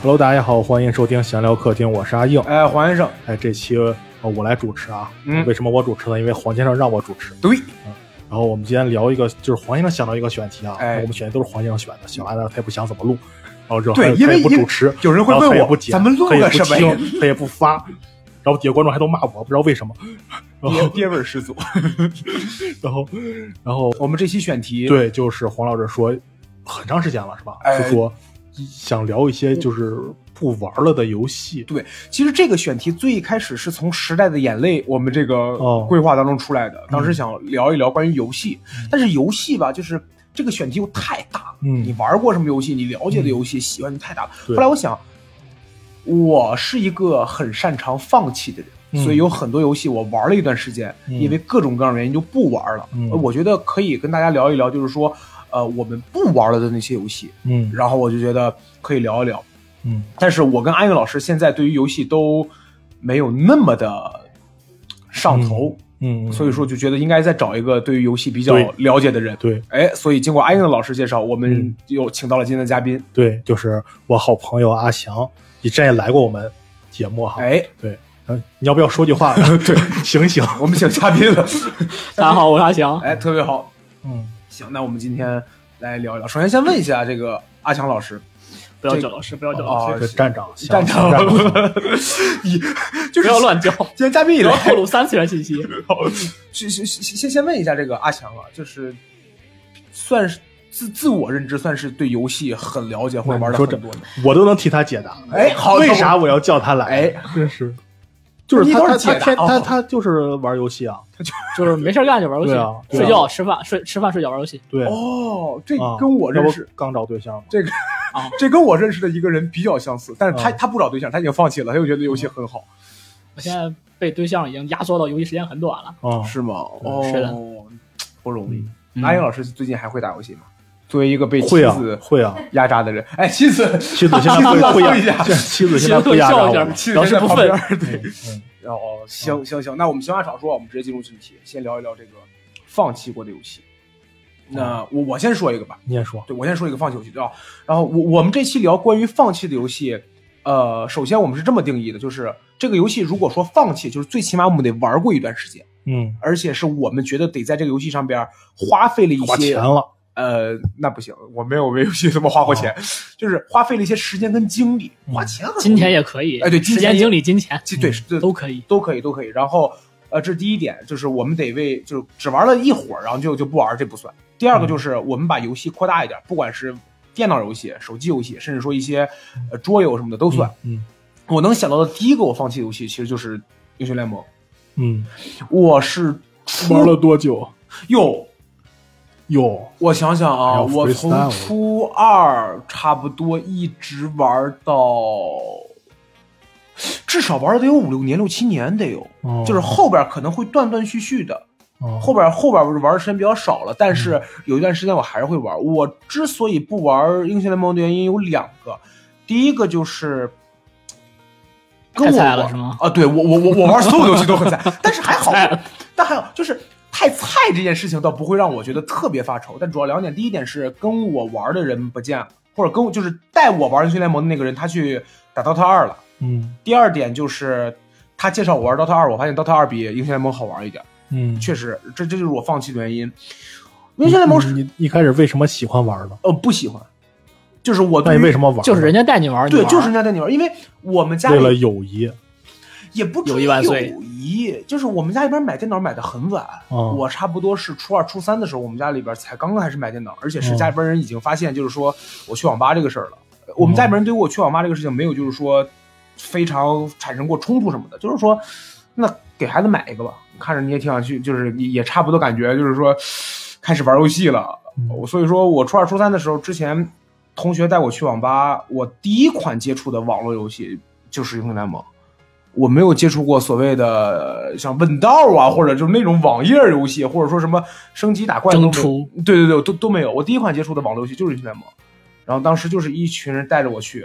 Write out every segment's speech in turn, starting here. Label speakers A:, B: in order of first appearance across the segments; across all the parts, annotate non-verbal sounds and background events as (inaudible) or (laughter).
A: Hello，大家好，欢迎收听闲聊客厅，我是阿硬。
B: 哎，黄先生，
A: 哎，这期呃我来主持啊。
B: 嗯
A: 为什么我主持呢？因为黄先生让我主持。
B: 对，
A: 然后我们今天聊一个，就是黄先生想到一个选题啊，
B: 哎
A: 我们选的都是黄先生选的，想完了他也不想怎么录，然后之后他
B: 对
A: 也
B: 因为
A: 他也不
B: 因为
A: 主持，
B: 有人会
A: 然后
B: 问
A: 他也
B: 我
A: 不剪，
B: 咱们录
A: 他也
B: 了
A: 不
B: 什么呀
A: 听，他也不发，然后底下观众还都骂我，不知道为什么。然
B: 爹
A: 后，
B: 爹味儿十足。
A: 然后，然后，
B: 我们这期选题，，
A: 对，就是黄老师说，很长时间了是吧？
B: 哎
A: 是说想聊一些就是不玩了的游戏。
B: 对，其实这个选题最开始是从《时代的眼泪》我们这个
A: 哦
B: 规划当中出来的，当时想聊一聊关于游戏，但是游戏吧，就是这个选题又太大了，
A: 嗯
B: 你玩过什么游戏，你了解的游戏，喜欢的太大了。
A: 对
B: 后来我想，我是一个很擅长放弃的人。
A: 嗯
B: 所以有很多游戏我玩了一段时间，
A: 嗯
B: 因为各种各样的原因就不玩了。
A: 嗯
B: 我觉得可以跟大家聊一聊，就是说，呃，我们不玩了的那些游戏，
A: 嗯
B: 然后我就觉得可以聊一聊。
A: 嗯，
B: 但是我跟阿英老师现在对于游戏都没有那么的上头，
A: 嗯，
B: 所以说就觉得应该再找一个对于游戏比较
A: 对
B: 了解的人。
A: 对
B: 哎，所以经过阿英老师介绍，我们
A: 嗯
B: 又请到了今天的嘉宾。
A: 对，就是我好朋友阿翔，以前也来过我们节目哈。
B: 哎，
A: 对，嗯，你要不要说句 (laughs) 话？ (laughs) 对，醒醒。
B: (laughs) 我们请嘉宾了，
C: (laughs) 大家好，我是阿翔。
B: 哎，特别好。
A: 嗯，
B: 行，那我们今天来聊一聊。首先先问一下这个阿强老师，
C: 不要叫老师，不要叫老
B: 啊
C: 师，
A: 这站长，行
B: 站长，
A: 站长，
B: (laughs) 你就
C: 不
B: 是
C: 要。乱叫， (laughs) 不
B: 今天嘉宾也
C: 要
B: 来，
C: 透露三次元信息。
B: 先先先先问一下这个阿强啊，就是算是自自我认知算是对游戏很了解或者玩的
A: 说
B: 很
A: 这
B: 多的。
A: 我都能替他解答。
B: 哎好
A: 为啥我要叫他来？
B: 哎，
A: 真是，就是
B: 你
A: 他
B: 倒
A: 他
B: 是
A: 他
B: 解答
A: 天他
B: 哦
A: 他就是玩游戏啊。
C: 就是没事儿干就玩游戏，
A: 对啊对啊
C: 睡觉、吃饭、睡吃饭、睡觉、玩游戏。
A: 对，
B: 哦，这
A: 啊
B: 跟我认识
A: 要不刚找对象嘛。
B: 这个
C: 啊，
B: 这跟我认识的一个人比较相似，但是他
A: 嗯
B: 他不找对象，他已经放弃了，他就觉得游戏
A: 啊
B: 很好，
C: 我现在被对象已经压缩到游戏时间很短 (laughs) 了。
A: 啊，
B: 是吗？哦，
C: 是的
B: 不容易。
C: 嗯
B: 阿英老师最近还会打游戏吗？作为一个被妻
A: 会啊
B: 子
A: 会啊，
B: 压榨的人，哎，妻子，
A: (laughs) 妻子现在
B: 妻子
A: 不不压
B: 一下，
A: 妻子
C: 妻
A: 现 (laughs)
C: 子
A: 在不
C: 会
A: 压榨
C: 笑一
A: 我
C: 下，
A: 了。
B: 妻
C: 老
B: 子
C: 师
B: 在
C: 不
B: 旁
C: 忿
B: 边儿，对，
A: 嗯
B: 哦，行行行，那我们闲话少说，我们直接进入正题，先聊一聊这个放弃过的游戏。
A: 哦
B: 那我我先说一个吧，
A: 你也说，
B: 对我先说一个放弃游戏对吧？然后我我们这期聊关于放弃的游戏，呃，首先我们是这么定义的，就是这个游戏如果说放弃，就是最起码我们得玩过一段时间，
A: 嗯，
B: 而且是我们觉得得在这个游戏上边儿花费了一
A: 花
B: 些
A: 钱了，
B: 呃，那不行，我没有 (laughs) 为游戏这么花过钱，就是花费了一些时间跟精力，
A: 哦嗯
B: 花钱了
C: 今天也可以，
B: 哎对今
C: 时
B: 天也
C: 间、精力、金钱
B: 其对对
C: 都可以。
B: 都可以，都可以。然后，呃，这是第一点，就是我们得为就是只玩了一会儿，然后就就不玩儿，这不算。第二个就是我们把游戏扩大一点，不管是电脑游戏、手机游戏，甚至说一些呃桌游什么的都算。
A: 嗯
B: 我能想到的第一个我放弃的游戏，其实就是《英雄联盟》。
A: 嗯，
B: 我是
A: (laughs) 玩
B: 出
A: 了多久？
B: 哟，
A: 哟，
B: 我想想
A: 哎
B: 啊，
A: 呀
B: 我
A: freestyle 了
B: 从初二差不多一直玩到。至少玩了得有五六年、六七年得有，
A: 哦
B: 就是后边可能会断断续续的，
A: 哦
B: 后边后边玩的时间比较少了，
C: 嗯
B: 但是有一段时间我还是会玩。我之所以不玩英雄联盟的原因有两个，第一个就是跟我
C: 太菜了
B: 玩
C: 是吗
B: 啊，对我我我我玩所有游戏都很
C: (laughs)
B: 菜，但是还好，但还好就是太菜这件事情倒不会让我觉得特别发愁。但主要两点，第一点是跟我玩的人不见了，或者跟我就是带我玩英雄联盟的那个人他去打 DOTA 二了。
A: 嗯
B: 第二点就是他介绍我玩 DOTA 二，我发现 DOTA 二比英雄联盟好玩一点。
A: 嗯，
B: 确实，这这就是我放弃的原因。因为现在盟是
A: 你你一开始为什么喜欢玩呢？
B: 呃不喜欢，就是我
A: 那
B: 对
A: 你
B: 于
A: 为什么玩呢？
C: 就是人家带你玩，你
B: 对，
C: 玩
B: 就是人家带你玩，因为我们家
A: 为了
B: 里
A: 友谊
B: 也不
C: 友谊万岁
B: 友谊，就是我们家里边买电脑买的很晚，
A: 嗯
B: 我差不多是初二初三的时候，我们家里边才刚刚开始买电脑，而且是
A: 嗯
B: 家里边人已经发现，就是说我去网吧这个事儿了。呃我们
A: 嗯
B: 家里边人对我去网吧这个事情没有就是说非常产生过冲突什么的，就是说那给孩子买一个吧，看着你也挺想去，就是也也差不多感觉就是说开始玩游戏了。我所以说我初二、初三的时候，之前同学带我去网吧，我第一款接触的网络游戏就是英雄联盟。我没有接触过所谓的呃像问道啊，或者就是那种网页游戏，或者说什么升级打怪都没有
C: 征途，
B: 对对对，都都没有。我第一款接触的网络游戏就是英雄联盟，然后当时就是一群人带着我去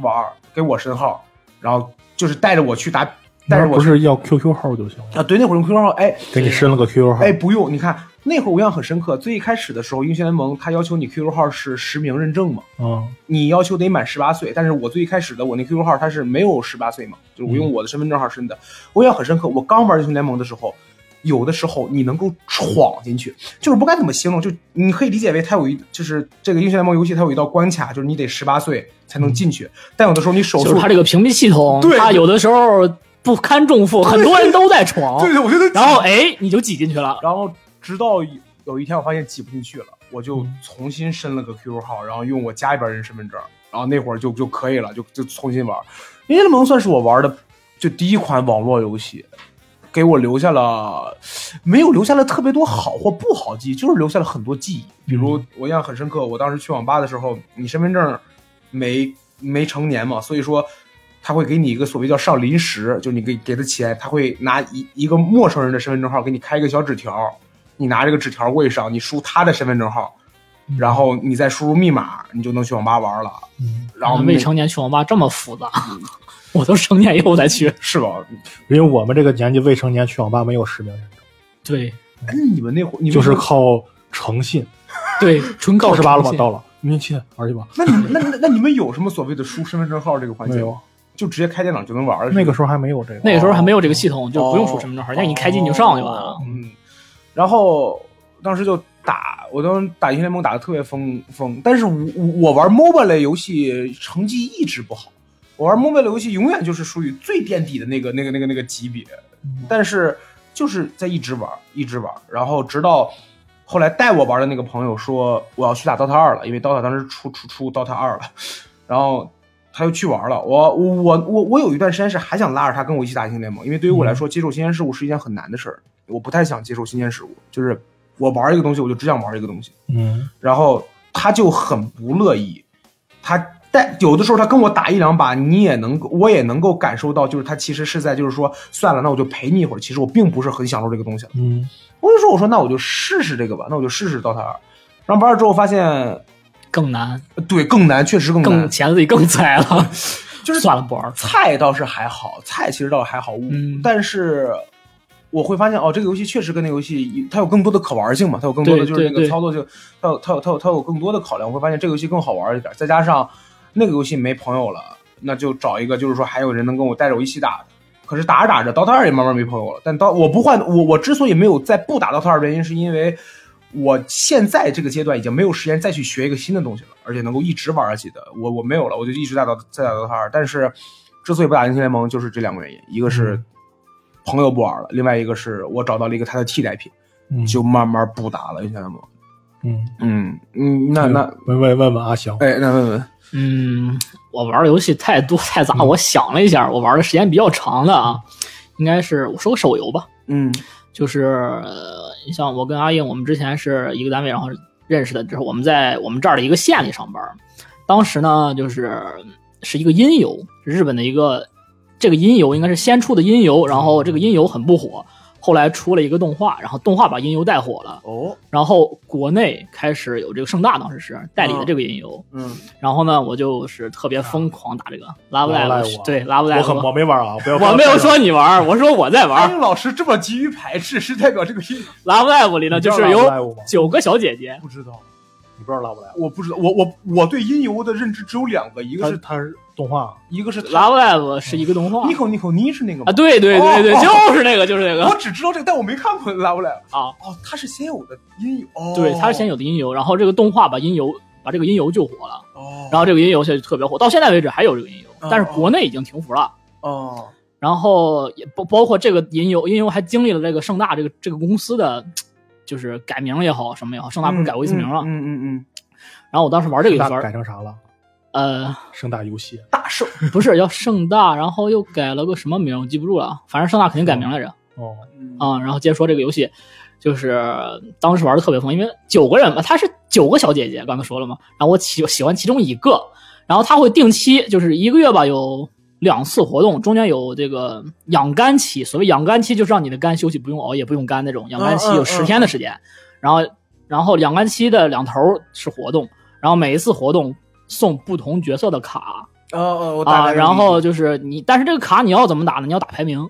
B: 玩儿，给我申号，然后就是带着我去打，带着
A: 那
B: 我
A: 不
B: 去
A: 是要 QQ 号就行了，
B: 啊，对，那会儿用 QQ 号，哎
A: 给你申了个 QQ 号，
B: 哎，不用，你看那会儿我印象很深刻，最一开始的时候，英雄联盟它要求你 QQ 号是实名认证嘛，
A: 嗯，
B: 你要求得满十八岁，但是我最一开始的我那 QQ 号它是没有十八岁嘛，就是我用我的身份证号申的。我印象很深刻，我刚玩英雄联盟的时候，有的时候你能够闯进去，就是不该怎么形容，就你可以理解为它有一就是这个英雄联盟游戏它有一道关卡，就是你得十八岁才能进去，但有的时候你手
C: 就
B: 速
C: 是它这个屏蔽系统，
B: 对
C: 它有的时候不堪重负，很多人都在闯，
B: 对对，我觉得
C: 然后哎，你就挤进去了。
B: 然后直到有有一天我发现挤不进去了，我就重新申了个 QQ 号，然后用我家里边人身份证，然后那会儿就就可以了，就就重新玩。英雄联盟算是我玩的就第一款网络游戏，给我留下了没有留下了特别多好或不好记忆，就是留下了很多记忆。比如我印象很深刻，我当时去网吧的时候，你身份证没没成年嘛，所以说他会给你一个所谓叫上临时，就是你给给的钱，他会拿一一个陌生人的身份证号给你开一个小纸条，你拿这个纸条喂上，你输他的身份证号，然后你再输入密码，你就能去网吧玩了。
A: 嗯，
B: 然后
C: 啊未
B: 那
C: 成年去网吧这么复杂， (laughs) 我都成年以后才去。
B: 是吧？
A: 因为我们这个年纪未成年去网吧没有实名认证，
C: 对
B: 哎，你们那会儿你们
A: 就是靠诚信，
C: 对，纯
A: 到
C: 靠
A: 十八了吧？
C: 诚信
A: 到了，您去玩去吧。
B: 那你们那那那你们有什么所谓的输身份证号这个环节
A: 没
B: 吗
A: 有？啊
B: 就直接开电脑就能玩了？
A: 那个时候还没有这个，
C: 那个时候还没有这个
B: 哦
C: 系统，就不用出身份证号，让你开机你就上就完了。
B: 嗯，然后当时就打，我当时打英雄联盟打的特别疯疯，但是我我玩 MOBA 类游戏成绩一直不好，我玩 MOBA 类游戏永远就是属于最垫底的那个那个那个那个级别，
C: 嗯
B: 但是就是在一直玩一直玩，然后直到。后来带我玩的那个朋友说我要去打 DOTA 二了，因为 DOTA 当时出出出 DOTA 二了，然后他又去玩了。我我我我我有一段时间是还想拉着他跟我一起打英雄联盟，因为对于我来说，接受新鲜事物是一件很难的事儿，我不太想接受新鲜事物。就是我玩一个东西，我就只想玩一个东西。
A: 嗯，
B: 然后他就很不乐意，他但有的时候他跟我打一两把，你也能够我也能够感受到，就是他其实是在就是说算了，那我就陪你一会儿。其实我并不是很享受这个东西了。
A: 嗯
B: 我就说我说那我就试试这个吧，那我就试试 DOTA 二。然后玩了之后发现，
C: 更难，
B: 对，更难，确实更难
C: 更，显得自
B: (laughs)
C: 己更菜了。
B: 就是
C: (laughs) 算了，不玩了。
B: 菜倒是还好，菜其实倒是还好，
C: 嗯
B: 但是我会发现哦，这个游戏确实跟那个游戏它有更多的可玩性嘛，它有更多的
C: 对
B: 就是那
C: 对
B: 个
C: 对
B: 操作性，它有它有它有它有更多的考量，我会发现这个游戏更好玩一点，再加上那个游戏没朋友了，那就找一个就是说还有人能跟我带着我一起打的。可是打着打着，DOTA 二也慢慢没朋友了。但到我不换，我我之所以没有再不打 DOTA 二，原因是因为我现在这个阶段已经没有时间再去学一个新的东西了，而且能够一直玩下去的，我我没有了，我就一直在打在打 DOTA 二。但是之所以不打英雄联盟，就是这两个原因，一个是朋友不玩了，另外一个是我找到了一个它的替代品，
A: 嗯，
B: 就慢慢不打了英雄联盟。
A: 嗯，
B: 嗯嗯，那那
A: 问问问问阿翔，
B: 哎，那问问，
C: 嗯，我玩的游戏太多太杂，
B: 嗯
C: 我想了一下，我玩的时间比较长的啊，应该是我说个手游吧，
B: 嗯
C: 就是呃你像我跟阿印，我们之前是一个单位，然后认识的，之后我们在我们这儿的一个县里上班，当时呢就是是一个音游，是日本的一个这个音游应该是先出的音游，然后这个音游很不火，后来出了一个动画，然后动画把音游带火了，
B: 哦
C: 然后国内开始有这个盛大当时是代理的这个音游。
B: 嗯，
C: 然后呢，我就是特别疯狂打这个拉布
A: Love
C: 赖
A: Live 啊
C: 对拉布赖
A: 我很我没玩啊，不哎要，
C: 我没有说你玩儿，我说我在玩
B: 安
C: 儿。
B: 英老师这么急于排斥，是代表这个音
C: 拉布赖 v 里呢，
A: 你
C: 就
A: 知道 Love
C: 是有 (laughs)
A: Live 吗
C: 九个小姐姐，
B: 不知道。
A: 你不知道拉不来，
B: 我不知道，我我我对音游的认知只有两个，一个
A: 它
B: 是
A: 它是动画，
B: 一个是他
C: 拉布赖 v 是一个动画
B: Nico Nico 尼是那个吗
C: 啊，？对对对对，
B: 哦哦
C: 就是那个就是那个
B: 我只知道这个，但我没看过《拉不来》
C: 啊，
B: 哦，他是先有的音游，哦，
C: 对，它是先有的音游，然后这个动画把音游把这个音游救火了，
B: 哦，
C: 然后这个音游现在就特别火，到现在为止还有这个音游，
B: 嗯
C: 但是国内已经停服了。
B: 哦，
C: 然后也包包括这个银游，银游还经历了这个盛大这个这个公司的，就是改名也好，什么也好，盛大不是改过一次名了。
B: 嗯嗯嗯，
C: 然后我当时玩这个游戏
A: 大
C: 玩
A: 改成啥了？
C: 呃，
A: 盛大游戏，
B: 大圣
C: 不是叫盛大，然后又改了个什么名，我记不住了。反正盛大肯定改名来着
A: 哦，
C: 啊、然后接着说这个游戏，就是当时玩的特别疯，因为九个人嘛，她是九个小姐姐，刚才说了嘛。然后我喜喜欢其中一个，然后她会定期就是一个月吧有两次活动，中间有这个养肝期，所谓养肝期就是让你的肝休息，不用熬夜，不用肝那种。养肝期
B: 嗯
C: 有
B: 嗯
C: 十天的时间，然后然后养肝期的两头儿是活动。然然后每一次活动送不同角色的卡
B: 哦哦，我大概
C: 啊，
B: 能
C: 然后
B: 理解
C: 就是你，但是这个卡你要怎么打呢？你要打排名，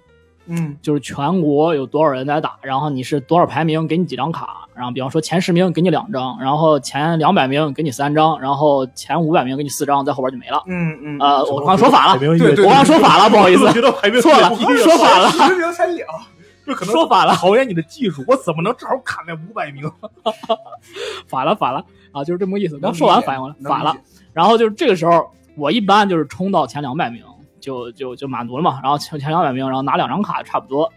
B: 嗯
C: 就是全国有多少人在打，然后你是多少排名，给你几张卡，然后比方说前十名给你两张，然后前两百名给你三张，然后前五百名给你四张，在后边就没了。
B: 嗯嗯
C: 啊、
B: 嗯
C: 我刚说反了
A: 排，名
B: 对
A: 越
B: 对
C: 我刚说反 (laughs) 了，不好意
B: (laughs)
C: 思
A: 我，觉得排名
C: 错了
A: 越不一定
C: 说反了
B: 十名才两，
A: 这可能
C: 说反了
A: 考验你的技术，我怎么能正好砍那五百名？
C: 反了，反了啊，就是这么个意思。
B: 能
C: 刚说完
B: 理解
C: 反应过来，
B: 能
C: 反
B: 理
C: 了
B: 解。
C: 然后就是这个时候，我一般就是冲到前两百名就就就满足了嘛，然后前前两百名，然后拿两张卡差不多。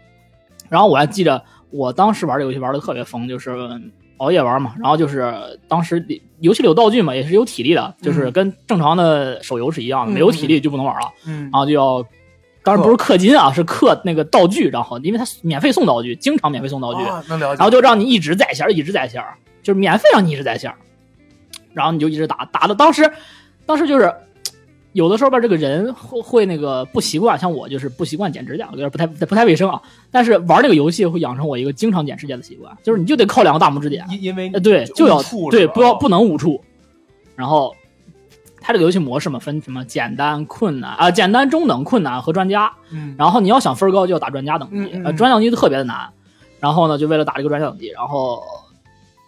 C: 然后我还记着我当时玩这游戏玩的特别疯，就是嗯熬夜玩嘛，然后就是当时里游戏里有道具嘛，也是有体力的，就是跟正常的手游是一样
B: 嗯
C: 的，没有体力就不能玩了，
B: 嗯
C: 然后就要。当然不是氪金啊，是氪那个道具，然后因为它免费送道具，经常免费送道具，
B: 啊能了解，
C: 然后就让你一直在线儿，一直在线儿，就是免费让你一直在线儿，然后你就一直打，打的当时，当时就是有的时候吧，这个人会会那个不习惯，像我就是不习惯剪指甲，有点不太不太不太卫生啊。但是玩这个游戏会养成我一个经常剪指甲的习惯，就是你就得靠两个大拇指点，
B: 因因为
C: 呃，对，就要
B: 误触
C: 对，
B: 是吧
C: 不要不能误触。然后，它这个游戏模式嘛，分什么简单、困难啊、简单、中等、困难和专家。
B: 嗯
C: 然后你要想分儿高，就要打专家等级，
B: 嗯嗯
C: 呃，
B: 嗯
C: 专家等级特别的难。然后呢，就为了打这个专家等级，然后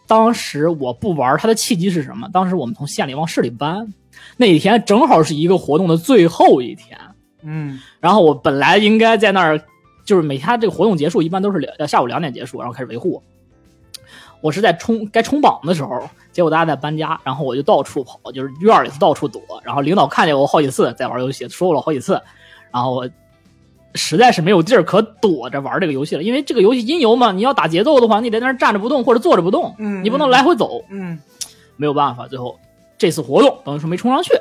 C: 当时我不玩儿，它的契机是什么？当时我们从县里往市里搬，那一天正好是一个活动的最后一天。
B: 嗯
C: 然后我本来应该在那儿，就是每天这个活动结束一般都是两下午两点结束，然后开始维护。我是在冲该冲榜的时候，结果大家在搬家，然后我就到处跑，就是院儿里头到处躲，然后领导看见我好几次在玩游戏，说我了好几次，然后我实在是没有地儿可躲着玩这个游戏了，因为这个游戏音游嘛，你要打节奏的话，你得在那儿站着不动或者坐着不动，
B: 嗯
C: 你不能来回走，
B: 嗯
C: 没有办法，最后这次活动等于说没冲上去，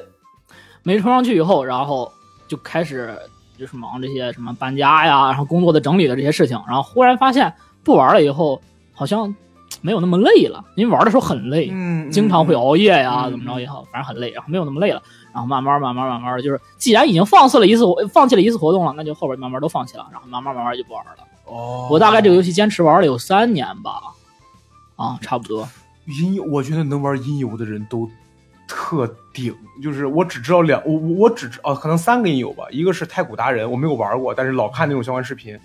C: 没冲上去以后，然后就开始就是忙这些什么搬家呀，然后工作的整理的这些事情，然后忽然发现不玩了以后，好像没有那么累了，因为玩的时候很累，
B: 嗯，
C: 经常会
B: 嗯
C: 熬夜呀，
B: 嗯
C: 怎么着也好，反正很累，然后没有那么累了，然后慢慢慢慢慢慢的，就是既然已经放弃了一次活，放弃了一次活动了，那就后边慢慢都放弃了，然后慢慢慢慢就不玩了。
B: 哦，
C: 我大概这个游戏坚持玩了有三年吧，啊，差不多。
B: 音游，我觉得能玩音游的人都特顶。就是我只知道两，我我我只知哦，可能三个音游吧，一个是太鼓达人，我没有玩过，但是老看那种相关视频；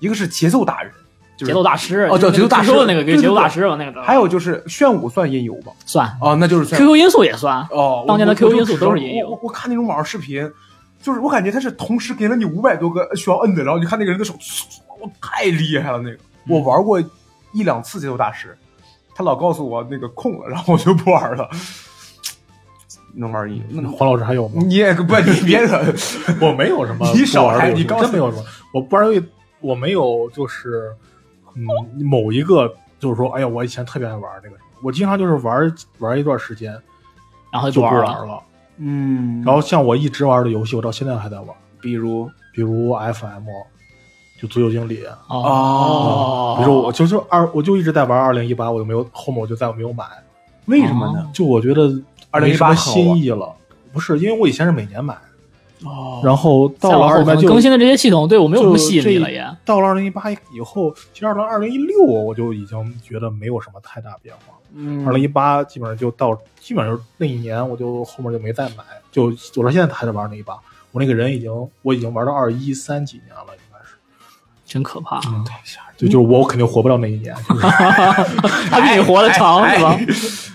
B: 一个是节奏达人，就是
C: 节奏大师
B: 哦叫节奏大师
C: 说的那个
B: 对
C: 跟
B: 对
C: 节奏大师嘛，那个
B: 还有就是炫舞算音游吧？
C: 算
B: 哦，那就是算
C: QQ 音素也算，
B: 哦，我
C: 当年的
B: 我我
C: QQ
B: 就
C: 因素
B: 知道
C: 都是音游
B: 我我我看那种网上视频，就是我感觉他是同时给了你五百多个需要摁的，然后你看那个人的手，我太厉害了那个。我玩过一两次节奏大师，他老告诉我那个空了，然后我就不玩了。能玩音游？
A: 黄老师还有
B: 那
A: 吗？
B: 你也不你别惹，，
A: 我没有
C: (laughs)
A: 什么
B: 你少
A: 玩
B: 还
A: 的游戏
B: 你告诉
A: 真没有什么，我不玩游戏，我没有就是，嗯，某一个就是说，哎呀，我以前特别爱玩那个什么，我经常就是玩玩一段时间
C: 然后
A: 就
C: 就
A: 不
C: 不
A: 玩
C: 了。
A: 了。
B: 嗯，
A: 然后像我一直玩的游戏，我到现在还在玩，
B: 比如
A: 比如 FM，就足球经理，
B: 哦
A: 比如说我就就二，我就一直在玩二零一八，我就没有后面我就再没有买，
B: 为什么
C: 哦
B: 呢？
A: 就我觉得没什么
C: 啊
A: 新意了。不是，因为我以前是每年买，
B: 哦
A: 然后
C: 再
A: 到了
C: 往后
A: 二
C: 可
A: 零
C: 能
A: 就
C: 更新的这些系统对我没有什么吸引力了也。
A: 到了二零一八以后，其实到了二零一六，我就已经觉得没有什么太大变化。
B: 嗯
C: 哦
A: 二零一八基本上就到，基本上就是那一年，我就后面就没再买，就我到现在还在玩那一把。我那个人已经，我已经玩到二一三几年了，应该是。
C: 真可怕，
A: 嗯，太吓人。对，就是我肯定活不到那一年。就是
B: 哎
C: 他比你活得长是吧？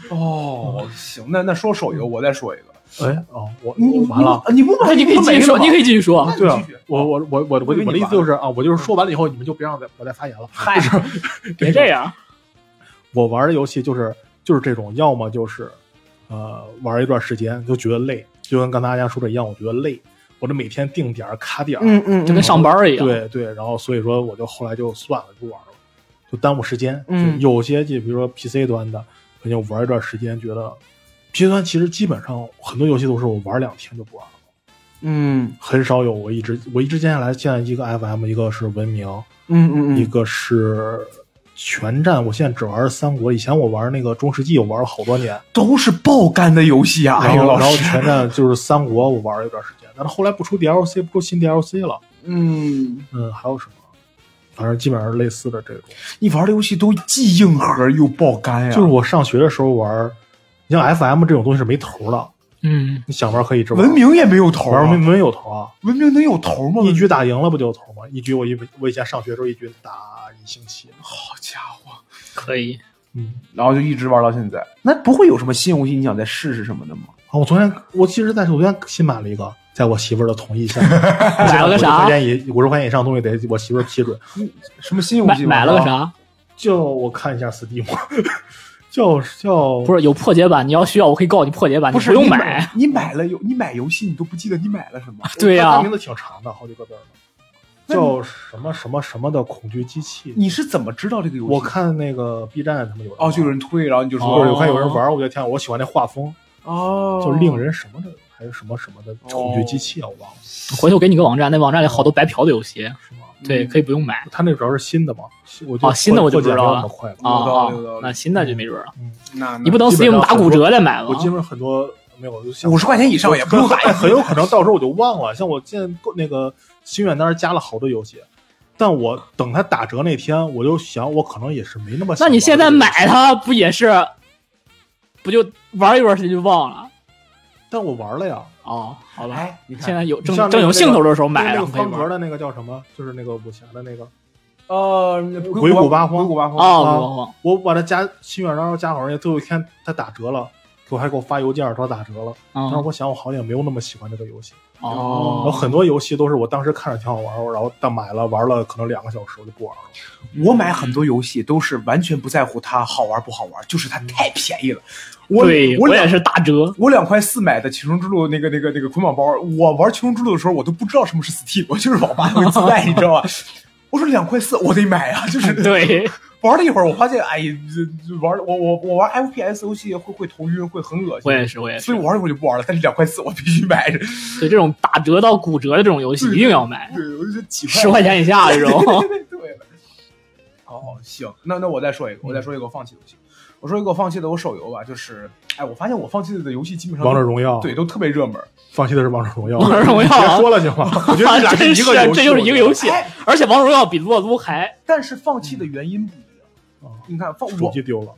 B: (laughs) 哦，行，那那说手游，我再说一个。
A: 哎，哦，我
C: 嗯
B: 你
A: 我完了。，
B: 你不
C: 那 (laughs) 哎你可以继续说，你可以继续说
B: 那。你
A: 对啊
B: 继续，
A: 我我我我我
B: 我以为
A: 我的
B: 你
A: 意思
B: 完了
A: 就是啊，我就是说完了以后，你们就别让我再我再发言了。
C: (laughs)
B: 嗨，
C: 别这样，
A: 我玩的游戏就是就是这种，要么就是，呃，玩一段时间就觉得累，就跟刚才大家说的一样，我觉得累，我这每天定点儿卡点儿，
B: 嗯嗯，
C: 就跟上班儿一样。，
A: 对对，然后所以说我就后来就算了，不玩了，就耽误时间。
B: 嗯
A: 就有些就比如说 PC 端的，可能玩一段时间觉得，PC 端其实基本上很多游戏都是我玩两天就不玩了，
B: 嗯
A: 很少有我一直我一直接下来现在一个 FM，一个是文明，
B: 嗯嗯
A: 一
B: 嗯，
A: 个是全战，我现在只玩三国，以前我玩那个中世纪，我玩了好多年，
B: 都是爆肝的游戏啊！哎
A: 然
B: 呦，
A: 后
B: 老
A: 然后
B: 师，
A: 全战就是三国，我玩了一段时间，但是后来不出 DLC，不出新 DLC 了，
B: 嗯，
A: 嗯，还有什么？反正基本上是类似的这种，
B: 哎你玩的游戏都既硬核又爆肝呀！
A: 就是我上学的时候玩你像 FM 这种东西是没头的，
C: 嗯，
A: 你想玩可以一直玩
B: 文，明也没有头啊，
A: 玩文明有头啊，
B: 文明能有头吗？
A: 一局打赢了不就有头吗？一局我以我以前上学的时候一局打一星期，
B: 好家伙，(laughs)
C: 可以。
A: 嗯，
B: 然后就一直玩到现在。那不会有什么新游戏你想再试试什么的吗？
A: 啊，我昨天我其实在昨天新买了一个，在我媳妇儿的同意下，
C: (laughs) 买了个
A: 五
C: 啥
A: 十块钱以五十块钱以上的东西得我媳妇儿批准，
B: 什么新游
C: 买
B: 戏？
C: 买了个？啥？
A: 叫我看一下 Steam，叫叫
C: 不是有破解版，你要需要我可以告诉你破解版，
B: 不
C: 你
B: 是
C: 用
B: 你
C: 买。，
B: 你买了游，你买游戏你都不记得你买了什 (laughs) 么？
C: 对呀、
A: 它它名字挺长的，好几个字儿的，叫什么什么什么的恐惧机器。
B: 你是怎么知道这个游戏？
A: 我看那个 B 站他们有人
B: 哦，就有
A: 玩
B: 人推，然后你就
A: 就是
B: 说
A: 有看
C: 哦
A: 有人玩儿，我就天啊，我喜欢那画风，
B: 哦，
A: 就令人什么的，还是什么什么的
C: 哦
A: 恐惧机器啊，我忘了
C: 回头给你个网站，那网站里好多白嫖的游戏，
A: 是吗？
C: 对，
B: 嗯
C: 可以不用买。
A: 他那主要是新的嘛，我就
C: 哦新的我
A: 破
C: 就
A: 解
C: 不知
A: 没
C: 道
A: 有
C: 了
A: 那么快吧
C: 啊
B: 有道
C: 啊
B: 理有道理，
C: 那新的就没准儿了。
B: 那
C: 你不等
A: 基本
C: Steam
A: 上
C: 打骨折再买吗
A: 我？基本上很多没有，我就想
B: 五十块钱以上也不用 (laughs) 打，
A: 很很有可能到时候我就忘了。像我见过那个心愿单加了好多游戏，但我等它打折那天，我就想我可能也是没那么想玩
C: 那
A: 这个游戏。
C: 你现在买它不也是，不就玩一段时间就忘了？
A: 但我玩了呀，
C: 哦，好吧，
B: 哎，你
C: 现
B: 看，
C: 在有正
A: 像那
C: 正有兴头的时候买
A: 那个
C: 了可以
A: 方格
C: 玩。
A: 的那个叫什么？就是那个武侠的那个，
B: 呃，
A: 鬼谷八荒
B: 鬼谷八荒
C: 哦，
A: 我把它加心愿单然后加好，人家最后一天它打折了，给我还给我发邮件说打折了。
C: 不
A: 但是
C: 不
A: 我想我好像也没有那么喜欢这个游戏。
C: 不，
A: 有
C: 哦，
A: 很多游戏都是我当时看着挺好玩儿，然后但买了玩了可能两个小时我就不玩了。
B: 我买很多游戏都是完全不在乎它好玩不好玩，就是它太便宜了。我
C: 对，
B: 我
C: 我也
B: 两
C: 是打
A: (laughs)
C: 折。
B: 我两块四买的《求生之路》那个那个那个捆绑包，我玩《求生之路》的时候，我都不知道什么是 Steam，我就是网吧会自
C: (laughs)
B: 带，你知道吧？我说两块四，我得买啊！就是
C: 对，
B: 玩了一会儿，我发现，哎，这玩我我我玩 FPS 游戏会会头晕，会很恶心。
C: 我也是，我也是
B: 所以。玩一会儿就不玩了。但是两块四我必须买。对，
C: 对这种打折到骨折的这种游戏一定要买，
B: 我就觉得几块
C: 十块钱以下这 (laughs) 种。
B: 对 (laughs) 对。哦，行，那那我再说一个，我再说一个我放弃的游戏。我说一个我放弃的我手游吧，就是，哎，我发现我放弃的游戏基本上都
A: 王者荣耀，
B: 对，都特别热门。
A: 放弃的是王者荣耀，
C: (laughs) 王者荣耀啊
A: 别说了行吗？
B: 我觉得这俩是一个游戏，
C: 这就是一个游戏
B: 我觉得哎
C: 而且王者荣耀比撸啊撸还 (laughs)
B: 但是放弃的原因不一样。
A: 啊
B: 你看，放
A: 嗯手
B: 我
A: 机丢了，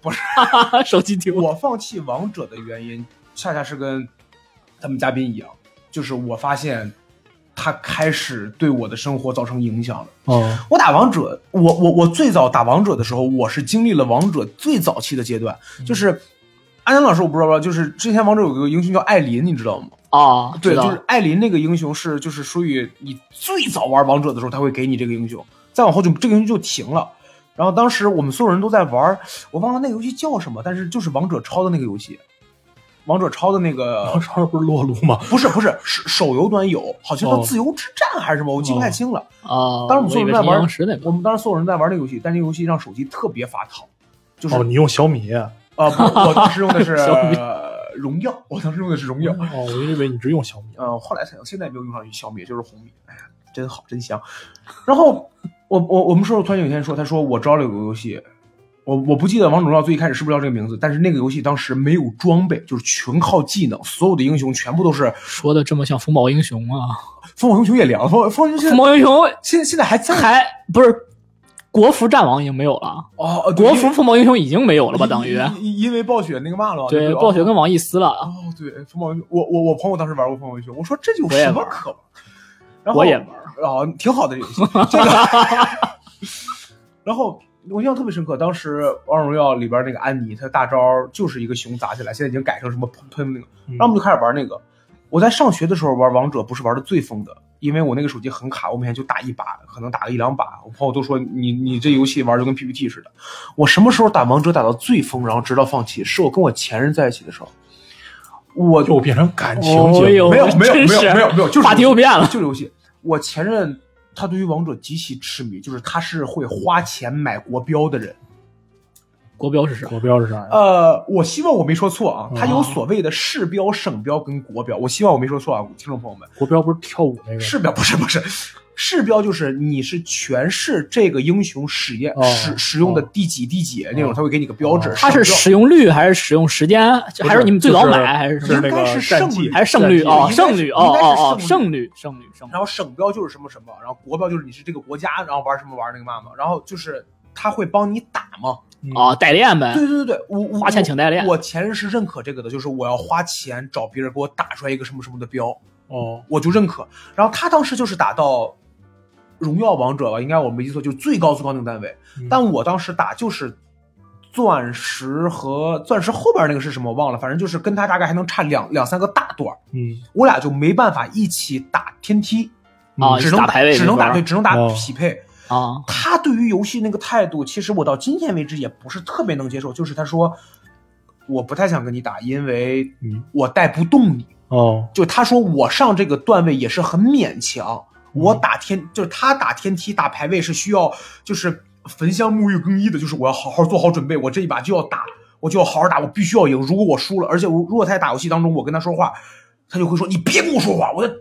C: 手机丢。
B: 我放弃王者的原因，恰恰是跟他们嘉宾一样，就是我发现他开始对我的生活造成影响了。
A: 哦，
B: 我打王者，我我我最早打王者的时候，我是经历了王者最早期的阶段，就是。安南老师，我不知道吧？就是之前王者有个英雄叫艾琳，你知道吗？
C: 哦，
B: 对，
C: 知道
B: 就
C: 了
B: 是艾琳那个英雄是就是属于你最早玩王者的时候，他会给你这个英雄，再往后就这个英雄就停了。然后当时我们所有人都在玩，我忘了那个游戏叫什么，但是就是王者抄的那个游戏，王者抄的那
A: 王者
B: 个
A: 荣耀不是撸啊撸吗？
B: 不是不是手手游端有，好像叫
A: 哦
B: 自由之战还是什么，我记不太清了。
C: 哦，
B: 当时我们所
C: 以
B: 有人
C: 为是
B: 在
C: 阴
B: 玩
C: 阳师那个。
B: 我们当时所有人在玩这个游戏，但这个游戏让手机特别发烫，就是
A: 哦，你用小米？哦，
B: 啊、不我当时用
C: (laughs)
B: 的是
C: 手柄
B: 呃荣耀，我当时用的是荣耀。
A: 我以为你只用小米。啊
B: 呃，后来才现在没有用上小米，就是红米，哎呀，真好，真香。然后我我我们说，突然有一天说，他说我知道了有个游戏，我我不记得王者荣耀最一开始是不是叫这个名字，但是那个游戏当时没有装备，就是全靠技能，所有的英雄全部都是
C: 说的这么像风暴英雄啊？
B: 凤凰英雄也凉，凤凤凰英雄
C: 风
B: 现在
C: 暴英雄
B: 现在现在还在
C: 还不是国服战王已经没有了，
B: 哦，呃对
C: 国
B: 因为
C: 服风暴英雄已经没有了吧？等于
B: 因因因为暴雪那个嘛了，
C: 对
B: 就是
C: 暴雪
B: 哦
C: 跟网易撕了，
B: 哦对，凤凰英雄我我我朋友当时玩过凤凰英雄，我说这有
C: 我也
B: 什么
C: 玩
B: 可玩？然后
C: 我也玩。
B: 啊，挺好的这游戏。这个，然后我印象特别深刻，当时《王者荣耀》里边那个安妮，她大招就是一个熊砸起来，现在已经改成什么喷喷那个，然后我们就开始玩那个。我在上学的时候玩王者，不是玩的最疯的，因为我那个手机很卡，我每天就打一把，可能打个一两把。我朋友都说你你这游戏玩就跟 PPT 似的。我什么时候打王者打到最疯，然后直到放弃，是我跟我前任在一起的时候。我
A: 又变成感情
C: 哦
A: 节
C: 呦，
A: 目，
B: 没有没有
C: 真
B: 没
C: 是
B: 有没有没有就是
C: 话题又变了。
B: 就是游戏。我前任他对于王者极其痴迷，就是他是会花钱买国标的人。
C: 国标是啥？
A: 国标是啥呀？
B: 呃，我希望我没说错啊，他有
C: 哦
B: 所谓的市标、省标跟国标，我希望我没说错啊，听众朋友们，
A: 国标不是跳舞那个？
B: 市标不是不是。市标就是你是全市这个英雄使验、
A: 哦
B: 使使用的
A: 哦
B: 第几第几那种，
A: 哦
B: 他会给你个标志。
A: 哦
C: 它是
B: 省标
C: 使用率还是使用时间？
A: 不
C: 还是你们最早
A: 就是
C: 买还是什
A: 是
C: 么？
A: 那
B: 应该是
A: 个
B: 胜
A: 战
B: 利
A: 绩
C: 还是胜率
B: 应
A: 战绩
B: 该
C: 哦，
B: 是
C: 胜率哦
B: 应该是
C: 哦哦，
B: 胜
C: 胜率胜率胜率
B: 然。后省标就是什么什么，然后国标就是你是这个国家，然后玩什么玩那个嘛嘛，然后就是他会帮你打嘛，
A: 嗯
C: 啊，代练呗，
B: 对对对对，我我
C: 花钱请代练
B: 我前世是认可这个的，就是我要花钱找别人给我打出来一个什么什么的标，
A: 哦，
B: 我就认可。然后他当时就是打到荣耀王者吧，应该我没记错，就是最高最高那个单位。
A: 嗯
B: 但我当时打就是钻石和钻石后边那个是什么我忘了，反正就是跟他大概还能差两两三个大段儿，
A: 嗯
B: 我俩就没办法一起打天梯，
C: 啊，
B: 只能
C: 打排位
B: 只能打
C: 这
B: 对，
C: 边
B: 只能打
A: 哦
B: 匹配。
C: 啊，
B: 他对于游戏那个态度，其实我到今天为止也不是特别能接受。就是他说，我不太想跟你打，因为
A: 嗯
B: 我带不动你。
A: 哦，
B: 就他说我上这个段位也是很勉强，我打天就是他打天梯打排位是需要就是焚香沐浴更衣的，就是我要好好做好准备，我这一把就要打，我就要好好打，我必须要赢。如果我输了，而且我如果他在打游戏当中我跟他说话，他就会说你别跟我说话，我的。
A: 嗯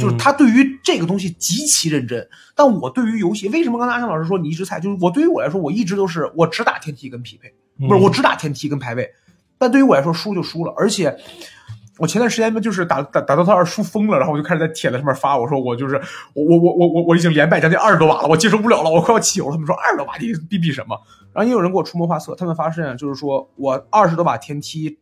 B: 就是他对于这个东西极其认真，但我对于游戏，为什么刚才阿强老师说你一直菜？就是我对于我来说，我一直都是我只打天梯跟匹配，
A: 嗯
B: 不是我只打天梯跟排位，但对于我来说输就输了，而且。我前段时间就是打打打到他二输疯了，然后我就开始在帖子上面发，我说我就是我我我我我我已经连败将近二十多把了，我接受不了了，我快要气油了。他们说二十多把你逼逼什么？然后也有人给我出谋划策，他们发现就是说我二十多把天梯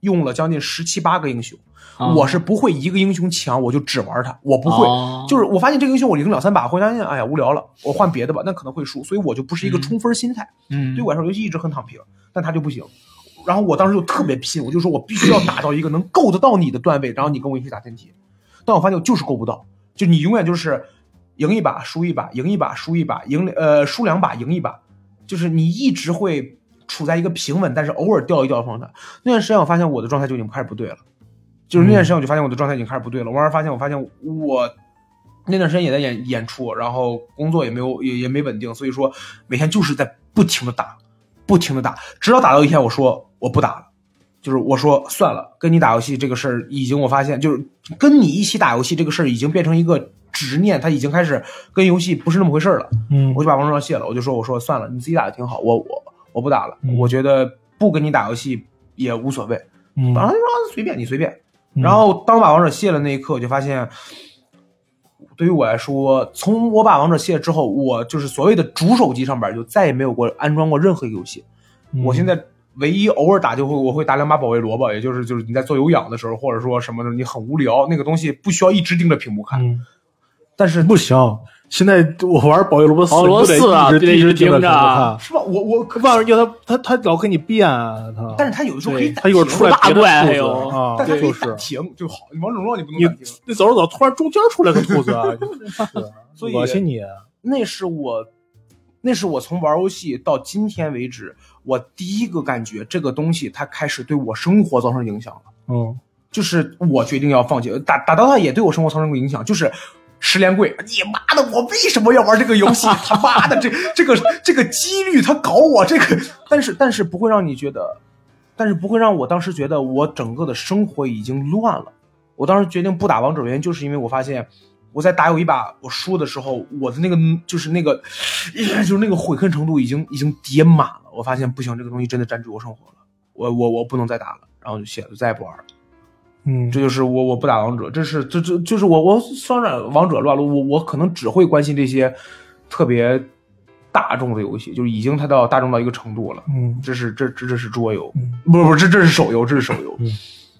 B: 用了将近十七八个英雄，
C: 啊
B: 我是不会一个英雄强，我就只玩他，我不会。
C: 哦
B: 就是我发现这个英雄我用两三把，会发现哎呀无聊了，我换别的吧，那可能会输，所以我就不是一个
C: 嗯
B: 冲分心态。
C: 嗯
B: 对我来说，游戏一直很躺平，但他就不行。然后我当时就特别拼，我就说我必须要打到一个能够得到你的段位，然后你跟我一起打天梯。但我发现我就是够不到，就你永远就是赢一把输一把，赢一把输一把，赢呃输两把赢一把，就是你一直会处在一个平稳，但是偶尔掉一掉的状态。那段时间我发现我的状态就已经开始不对了，就是
A: 嗯
B: 那段时间我就发现我的状态已经开始不对了。我慢慢发现，我发现我那段时间也在演演出，然后工作也没有也也没稳定，所以说每天就是在不停的打，不停的打，直到打到一天我说我不打了。就是我说算了，跟你打游戏这个事儿已经，我发现就是跟你一起打游戏这个事儿已经变成一个执念，它已经开始跟游戏不是那么回事儿了。
A: 嗯
B: 我就把王者荣耀卸了，我就说我说算了，你自己打的挺好，我我我不打了，
A: 嗯
B: 我觉得不跟你打游戏也无所谓。
A: 嗯
B: 然后他就说随便你随便。
A: 嗯
B: 然后当我把王者卸了那一刻，我就发现，对于我来说，从我把王者卸了之后，我就是所谓的主手机上边就再也没有过安装过任何一个游戏。
A: 嗯
B: 我现在唯一偶尔打就会，我会打两把保卫萝卜，也就是就是你在做有氧的时候，或者说什么的，你很无聊，那个东西不需要一直盯着屏幕看。
A: 嗯
B: 但是
A: 不行，现在我玩保卫萝卜四，
C: 保卫萝卜
A: 你就
C: 四啊
A: 得一直
C: 必须
A: 一直盯
C: 盯着
A: 看
C: 啊，
B: 是吧？我我可
A: 万万要他他他老给你变啊他，
B: 但是他有的时候可以
C: 对
B: 暂
A: 他一会儿
B: 停
A: 出来
C: 大
A: 别的兔
C: 怪还
A: 子
C: 有
A: 啊，
B: 但他可
A: 就
B: 以暂
A: 是
B: 停就好。王者荣耀你不能
A: 你
B: 暂停。
A: 你走着走，突然中间出来个兔子啊，
C: (laughs)
A: 是
B: 所以
A: 恶心你，啊
B: 那是我，那是我从玩游戏到今天为止，我第一个感觉这个东西它开始对我生活造成影响了。
A: 嗯
B: 就是我决定要放弃打打 DOTA 也对我生活造成过影响，就是。十连跪，你妈的！我为什么要玩这个游戏？他妈的，这这个这个几率，他搞我这个，但是但是不会让你觉得，但是不会让我当时觉得我整个的生活已经乱了。我当时决定不打王者，原因就是因为我发现我在打有一把我输的时候，我的那个就是那个 (sighs) 就是那个悔恨程度已经已经叠满了。我发现不行，这个东西真的占据我生活了，我我我不能再打了，然后就写了，再也不玩了。
A: 嗯
B: 这就是我我不打王者，这是这这就是我我双转王者乱入，我我可能只会关心这些特别大众的游戏，就是已经它到大众到一个程度了。
A: 嗯
B: 这是这这这是桌游，
A: 嗯，
B: 不不这这是手游，这是手游。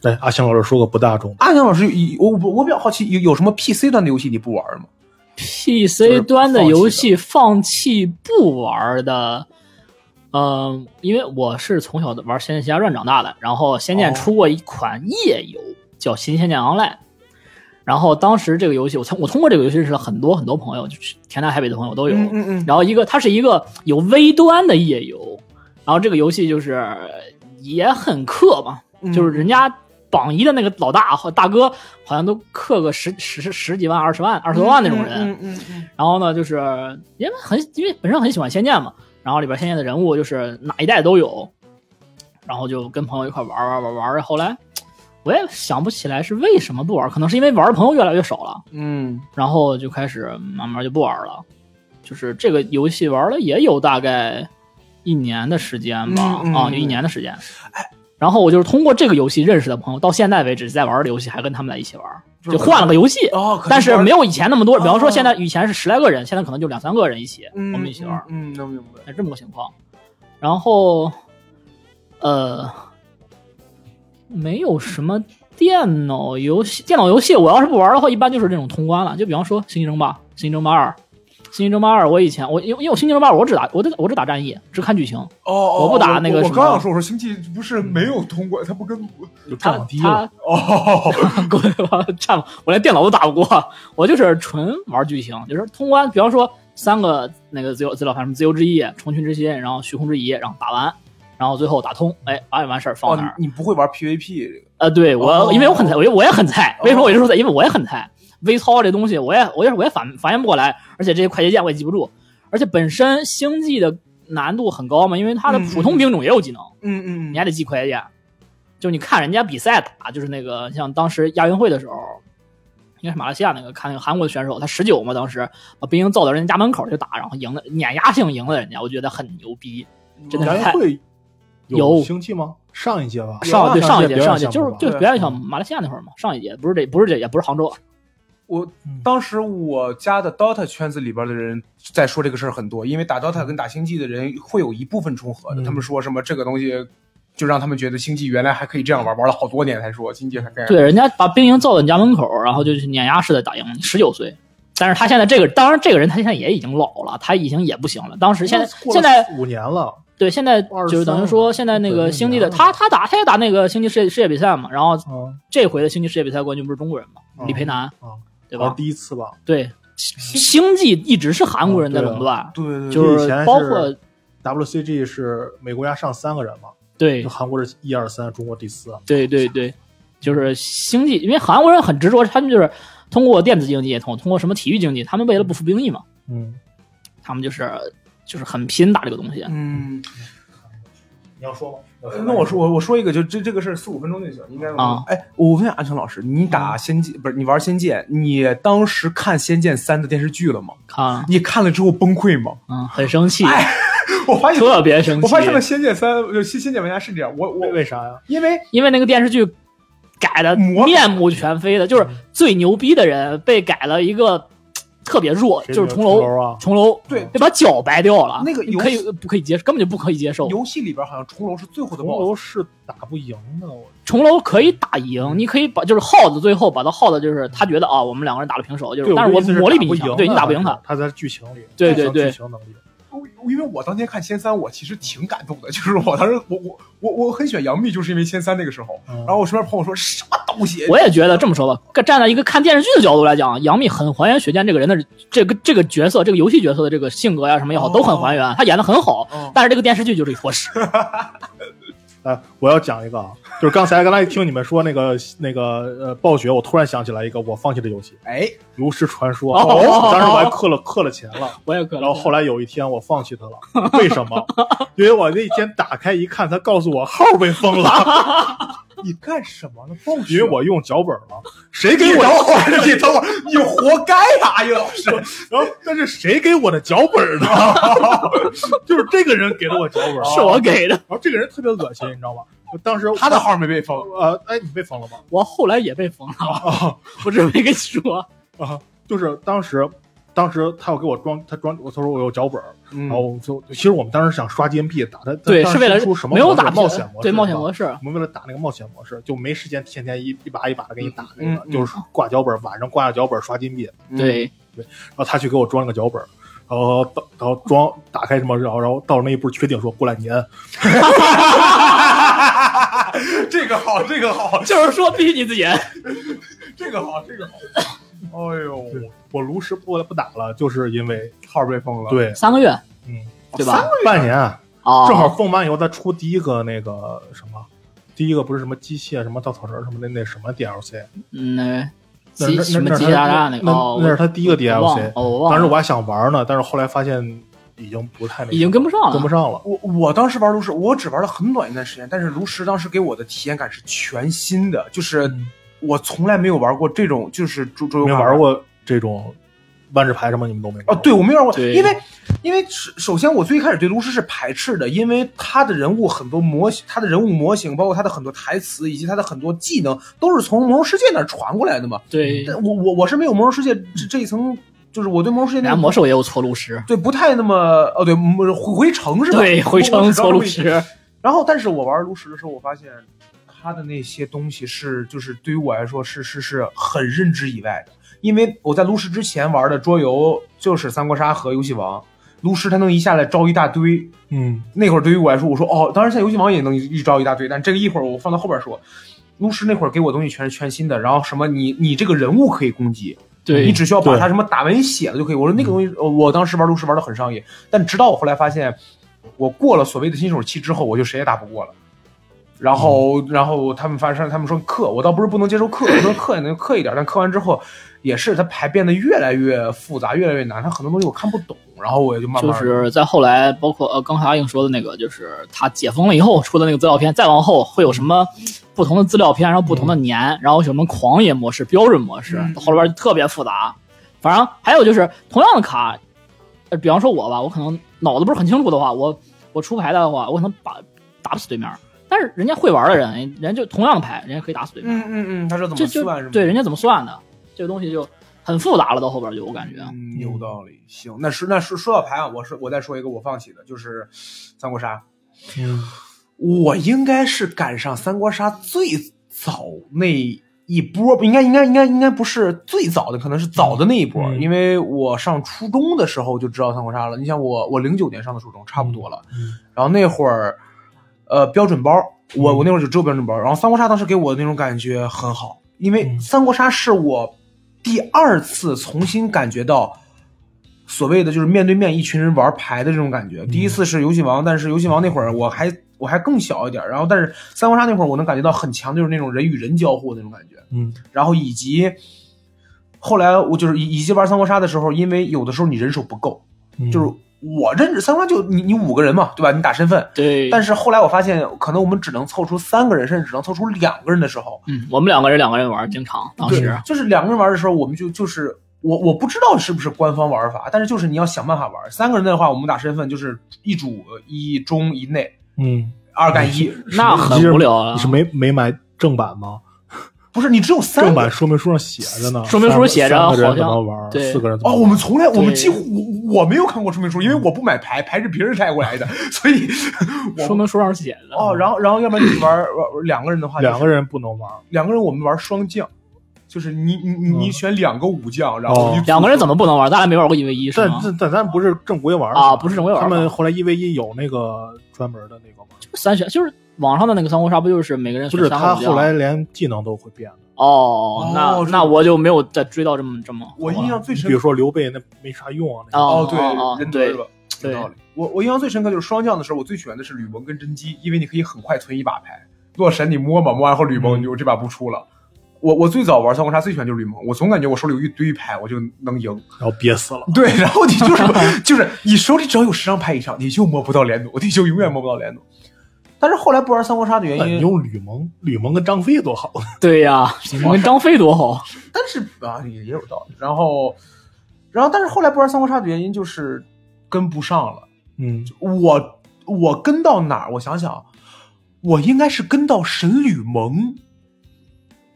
A: 对，哎阿翔老师说过不大众，
B: 阿强老师，以我我我比较好奇，有有什么 PC 端的游戏你不玩吗？
C: PC 端的游戏放弃不玩的，嗯、因为我是从小玩《仙剑奇侠传》长大的，然后《仙剑
B: 哦》
C: 出过一款页游叫《新仙剑 Online》，然后当时这个游戏，我通我通过这个游戏认识了很多很多朋友，就是天南海北的朋友都有。
B: 嗯嗯嗯，
C: 然后一个它是一个有微端的页游，然后这个游戏就是也很氪嘛，
B: 嗯
C: 就是人家榜一的那个老大和大哥，好像都氪个十十十几万、二十万、二十多万那种人。
B: 嗯嗯嗯嗯
C: 然后呢，就是因为很因为本身很喜欢《仙剑》嘛，然后里边《仙剑》的人物就是哪一代都有，然后就跟朋友一块玩玩玩玩。后来我也想不起来是为什么不玩，可能是因为玩的朋友越来越少了，
B: 嗯
C: 然后就开始慢慢就不玩了。就是这个游戏玩了也有大概一年的时间吧，
B: 嗯嗯
C: 啊，就一年的时间。然后我就是通过这个游戏认识的朋友，到现在为止在玩的游戏还跟他们在一起玩，
B: 就
C: 就换了个游戏。
B: 哦，可能
C: 但是
B: 玩
C: 没有以前那么多。
B: 哦
C: 比方说，现在以前是十来个人，现在可能就两三个人一起，
B: 嗯
C: 我们一起玩，
B: 嗯，嗯能明白。
C: 是这么个情况。然后呃，没有什么电脑游戏，电脑游戏我要是不玩的话，一般就是这种通关了。就比方说《星际争霸》《星际争霸二》。《星际争霸二》，我以前我因为因为我《星际争霸二》，我只打我只我只打战役，只看剧情。
B: 哦哦，
C: 我不打那个
B: 我
C: 什么
B: 刚想说，我说星际不是没有通关，他不跟
A: 就占
C: 他
A: 网低了。
C: 他
B: 哦，
C: (laughs) 滚吧，战吧！我连电脑都打不过，我就是纯玩剧情，就是通关。比方说三个那个自由资料盘，什么自由之翼、虫群之心，然后虚空之翼，然后打完，然后最后打通，哎，完也完事儿放
B: 哦
C: 那儿。，
B: 你你不会玩 PVP 这个？
C: 呃，对我，
B: 哦
C: 因为我很菜，我也我也很菜。为什么我就说菜？因为我也很菜。微操这东西，我也我也我也反反应不过来，而且这些快捷键我也记不住，而且本身星际的难度很高嘛，因为它的
B: 嗯
C: 普通兵种也有技能。
B: 嗯嗯
C: 你还得记快捷键。就你看人家比赛打，就是那个像当时亚运会的时候，应该是马来西亚那个看那个韩国的选手，他十九嘛，当时把兵营造到人家家门口去打，然后赢了，碾压性赢了人家，我觉得很牛逼。真的
A: 咱
C: 是太
A: 会
C: 有
A: 星际吗？上一届吧，
B: 有啊
C: 上对上一届
A: 表演
C: 上一届
A: 项
C: 就
A: 目
C: 是
A: 吧
C: 就是
B: 对
C: 表演项目，马来西亚那会儿嘛，上一届不是这不是这也不是杭州，啊
B: 我当时我家的 DOTA 圈子里边的人在说这个事儿很多，因为打 DOTA 跟打星际的人会有一部分重合的，
A: 嗯
B: 他们说什么这个东西就让他们觉得星际原来还可以这样玩，玩了好多年才说星际还可以。
C: 对，人家把兵营造到你家门口，然后就去碾压式的打赢你，十九岁。但是他现在这个，当然这个人他现在也已经老了，他已经也不行了。当时现在
A: 过了
C: 现在
A: 五年了，
C: 对，现在
A: 23
C: 就是等于说，现在那
A: 了
C: 个星际的
A: 对
C: 他他打他也打那个星际世界世界比赛嘛，然后
A: 嗯，
C: 这回的星际世界比赛冠军不是中国人嘛，
A: 嗯
C: 李培南
A: 嗯，
C: 对
A: 好
C: 吧
A: 像？第一次吧，
C: 对，星际一直是韩国人在垄断，
B: 对对对，
C: 就
A: 以前是
C: 包括
A: WCG 是美国压上三个人嘛，
C: 对
A: 就韩国是一二三，中国第四。
C: 对对对，就是星际，因为韩国人很执着，他们就是通过电子竞技，通通过什么体育竞技，他们为了不服兵役嘛，
A: 嗯，
C: 他们就是就是很拼打这个东西。
B: 嗯，
A: 你要说吗？
B: 呃那我说我我说一个，就这这个事儿四五分钟就行，应该
C: 啊嗯
B: 哎，我问一下安成老师，你打仙剑不是你玩仙剑，你当时看《仙剑三》的电视剧了吗？
C: 看，
B: 你看了之后崩溃吗？(laughs)
C: 啊嗯，很生气，
B: 我发现，
C: 特别生气
B: 我。发现了《仙剑三》就《仙仙剑》玩家是这样，我我
A: 为为啥呀？
B: 因为
C: 因为那个电视剧改的
B: 模
C: 面目全非的，就是最牛逼的人被改了一个嘖特别弱，
A: 谁
C: 就是
A: 觉得重
C: 重楼，
A: 楼啊
C: 重楼，
B: 对
C: 被把脚白掉了，
B: 那个
C: 你
B: 游
C: 可以
B: 戏
C: 不可以接受，根本就不可以接受。
B: 游戏里边好像重楼是最后的
A: 红
B: BOSS，
A: 楼是打不赢的，我
C: 重楼可以打赢，你可以把就是耗子最后把他耗子就是他觉得啊，我们两个人打了平手，就是
A: 对
C: 但
A: 我
C: 是
A: 的意思
C: 我
A: 是
C: 魔力比
A: 打不
C: 你
A: 赢
C: 强，
A: 的，
C: 对你打不赢他
A: 他，，他在剧情里，
C: 对
A: 他
C: 对
A: 有
C: 对
A: 剧情能力，
B: 因为我当年看《仙三》，我其实挺感动的， (laughs) 就是我当时我我我我很喜欢杨幂，就是因为《仙三》那个时候，
A: 嗯
B: 然后我身边朋友说什么东西，
C: 我也觉得这么说吧，站站在一个看电视剧的角度来讲，杨幂很还原雪见这个人的这个这个角色，这个游戏角色的这个性格呀、什么也好，
B: 哦
C: 都很还原，她演的很好。
B: 哦
C: 但是这个电视剧就是一坨屎，
A: 哎，我要讲一个啊，就是刚才刚才听你们说那个那个呃暴雪，我突然想起来一个我放弃的游戏
B: 哎，
A: 《炉石传说》
C: 哦
A: 当时我还氪了氪了钱了。
C: 我也可能。
A: 然后后来有一天我放弃它了，为什
C: (laughs)
A: 么？因为我那天打开一看，他告诉我号被封
C: (laughs)
A: 了，
B: 你干什么呢？暴雪，
A: 因为我用脚本了。谁给我
B: 等？会儿，你等会儿，你活该呀、啊，叶老师，
A: 然后但是谁给我的脚本
C: (laughs)
A: 呢？ (laughs) 就是这个人给了我脚本，啊
C: 是我给的，
A: 然后这个人特别恶心，你知道吗？我当时
B: 他的号没被封，
A: 呃，哎，你被封了吗？
C: 我后来也被封了，
A: 啊
C: 我只是没跟你
A: (laughs)
C: 说。
A: 啊，就是当时，当时他要给我装，他装，我他说我有脚本，
B: 嗯
A: 然后我就其实我们当时想刷 GMP 打他，
C: 对，
A: 当时
C: 是为了
A: 出什么
C: 没有
A: 模式
C: 打
A: 冒险模式，
C: 对冒险模
A: 式。
C: 式。
A: 我们为了打那个冒险模式，就没时间天天一一把一把的给你打那
B: 嗯
A: 个，
B: 嗯
A: 就是挂脚本，晚上挂着脚本刷金币，
B: 嗯，
C: 对， (laughs)
A: 然后他去给我装了个脚本，然后到然后装打开什么，然后然后到了那一步缺顶说过来你摁，
B: (laughs) 这个好，这个好，
C: 就是说必须你自
A: (laughs)
C: 己。
B: 这个好，这个好，哎呦，
A: 我炉石不不打了，就是因为
B: 号被封了，，
A: 对，
C: 三个月，
A: 嗯，
C: 对吧？
A: 半年啊
C: 啊，
A: 正好封完以后，他出第一个那个什么，第一个不是什么机械什么稻草人什么的那什么 DLC，
C: 嗯，那
A: 那
C: 机
A: 那
C: 什么
A: 那
C: 机械大战
A: 那
C: 那个，哦
A: 那是他第一个
C: 我忘了
A: DLC，
C: 哦，我忘
A: 当
C: 了。
A: 时我还想玩呢，但是后来发现已经不太那个
C: 已经跟不上了
A: 跟不上了。
B: 我我当时玩炉石，我只玩了很短一段时间，但是炉石当时给我的体验感是全新的，就是
A: 嗯
B: 我从来没有玩过这种，就是桌桌游
A: 没
B: 卡
A: 玩。过这种万智牌什么，你们都没玩过
B: 哦，对，我没玩过，
C: 啊对
B: 因为因为首首先我最开始对炉石是排斥的，因为他的人物很多模型，他的人物模型，包括他的很多台词以及他的很多技能，都是从魔兽世界那儿传过来的嘛。
C: 对
A: 嗯
B: 但我我我是没有魔兽世界这这一层就是我对魔兽世界那
C: 然后
B: 个
C: 魔兽也有搓炉石，
B: 对不太那么哦，对魔回回城是吧？
C: 对，回
B: 我
C: 城
B: 我知道
C: 搓炉
B: 那个
C: 石，
B: 然后，但是我玩炉石的时候，我发现它的那些东西是，就是对于我来说是是是很认知以外的，因为我在炉石之前玩的桌游就是三国杀和游戏王，炉石它能一下来招一大堆。
A: 嗯，
B: 那会儿对于我来说，我说哦，当然现在游戏王也能一招一大堆，但这个一会儿我放到后边说。炉石那会儿给我东西全是全新的，然后什么你你这个人物可以攻击，你
C: 对，嗯
B: 只需要把
A: (laughs) 对
B: 它什么打完写了就可以。我说那个东西，呃我当时玩炉石玩的很上瘾，但直到我后来发现，我过了所谓的新手期之后，我就谁也打不过了。然
C: 嗯
B: 后，然后他们发生，他们说氪，我倒不是不能接受氪，我说氪也能氪一点，但氪完之后，也是它牌变得越来越复杂，越来越难，它很多东西我看不懂，然后我也就慢
C: 就
B: 慢
C: 是在后来，包括呃，刚才阿英说的那个，就是他解封了以后出的那个资料片，再往后会有什么不同的资料片，然后不同的年，然后有什么狂野模式、标准模式，
B: 嗯
C: 后边就特别复杂。反正还有就是同样的卡，呃，比方说我吧，我可能脑子不是很清楚的话，我我出牌的话，我可能把打不死对面，但是人家会玩的人，人家就同样的牌，人家可以打死对面，
B: 嗯嗯嗯，他说怎
C: 这
B: 么
C: 就
B: 算是吗？
C: 对人家怎么算的，这个东西就很复杂了，到后边就我感觉，
B: 嗯，有道理。行，那是那是说到牌啊，我是我再说一个我放弃的，就是三国杀。
A: 嗯
B: 我应该是赶上三国杀最早那一波，应该应该应该应该不是最早的，可能是早的那一波，
A: 嗯
B: 因为我上初中的时候就知道三国杀了。你想我，我零九年上的初中，差不多了。
A: 嗯
B: 然后那会儿，呃，标准包，我
A: 嗯
B: 我那会儿就只有标准包。然后三国杀当时给我的那种感觉很好，因为
A: 嗯
B: 三国杀是我第二次重新感觉到。所谓的就是面对面一群人玩牌的这种感觉。第一次是游戏王，但是游戏王那会儿我还我还更小一点儿，然后但是三国杀那会儿我能感觉到很强，就是那种人与人交互的那种感觉。
A: 嗯
B: 然后以及后来我就是以以及玩三国杀的时候，因为有的时候你人手不够，
A: 嗯，
B: 就是我认识三国杀就你你五个人嘛，对吧？你打身份。
C: 对，
B: 但是后来我发现，可能我们只能凑出三个人，甚至只能凑出两个人的时候，
C: 嗯，我们两个人两个人玩，经常当时
B: 对，就是两个人玩的时候，我们就就是我我不知道是不是官方玩法，但是就是你要想办法玩。三个人的话，我们打身份就是一主一中一内，
A: 嗯，
B: 二干一。
C: 那很无聊啊
A: 你。是没没买正版吗？
B: 不是你只有三
A: 正
B: 个
A: 版说明书上写着呢，
C: 说明书写着
A: 三个人
C: 好
A: 怎
C: 像
A: 么玩，
C: 对
A: 四个人怎
B: 哦，
A: 么
B: 我们从来我们
C: 对
B: 几乎我我没有看过说明书，因为我不买牌，牌是别人带过来的，所
C: (laughs)
B: 以我
C: 说明书上写的
B: 哦，然后然后要不然就是玩玩两个人的话，
A: 两个
B: 人
A: 人不能玩，
B: 两个人我们玩双将，就是你你你你
A: 嗯
B: 选两个武将，然后
A: 哦
B: 你
C: 两个人怎么不能玩？咱俩没玩过一 v 一是
A: 但
C: 吗？
A: 但但咱不是正规玩的
C: 啊不是正规玩的
A: 他们后来一 v 一有那个专门的那个吗？
C: 三选就是网上的那个三国杀，不就是每个人
A: 不
C: 选
A: 是，
C: 三个
A: 他
C: 武将
A: 后来连技能都会变的，
C: 哦，
B: 哦
C: 那
B: 是
C: 那我就没有再追到这么这么
B: 我印象最深
A: 比
B: 刻
A: 如说刘备那没啥用啊，那个
C: 哦
B: 哦，对，
C: 哦
B: 人多
C: 对
B: 是吧？有
C: 对
B: 道理。我我印象最深刻就是霜降的时候，我最喜欢的是吕蒙跟甄姬，因为你可以很快囤一把牌，洛神你摸吧，摸完后吕蒙
A: 嗯
B: 你就这把不出了。我我最早玩三国杀最喜欢就是吕蒙，我总感觉我手里有一堆牌，我就能赢。
A: 然后憋死了。
B: 对，然后你就是
C: (laughs)
B: 就是你手里只要有十张牌以上，你就摸不到连弩，你就永远摸不到连弩。但是后来不玩三国杀的原
C: 哎
A: 那你
B: 因，
A: 用吕蒙，吕蒙跟张飞多好。啊
C: 对呀，你们跟张飞多好，
B: 但是啊也也有道理。然后，然后但是后来不玩三国杀的原因就是跟不上了。
A: (laughs) 嗯，
B: 我我跟到哪儿？我想想，我应该是跟到神吕蒙。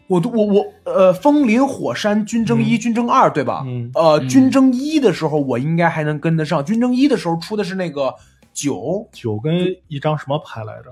B: 我都我我呃，风林火山军争一、
A: 嗯
B: 军争二，对吧？
A: 嗯
B: 呃，
C: 嗯
B: 军争一的时候，我应该还能跟得上。军争一的时候出的是那个九，
A: 九跟一张什么牌来着？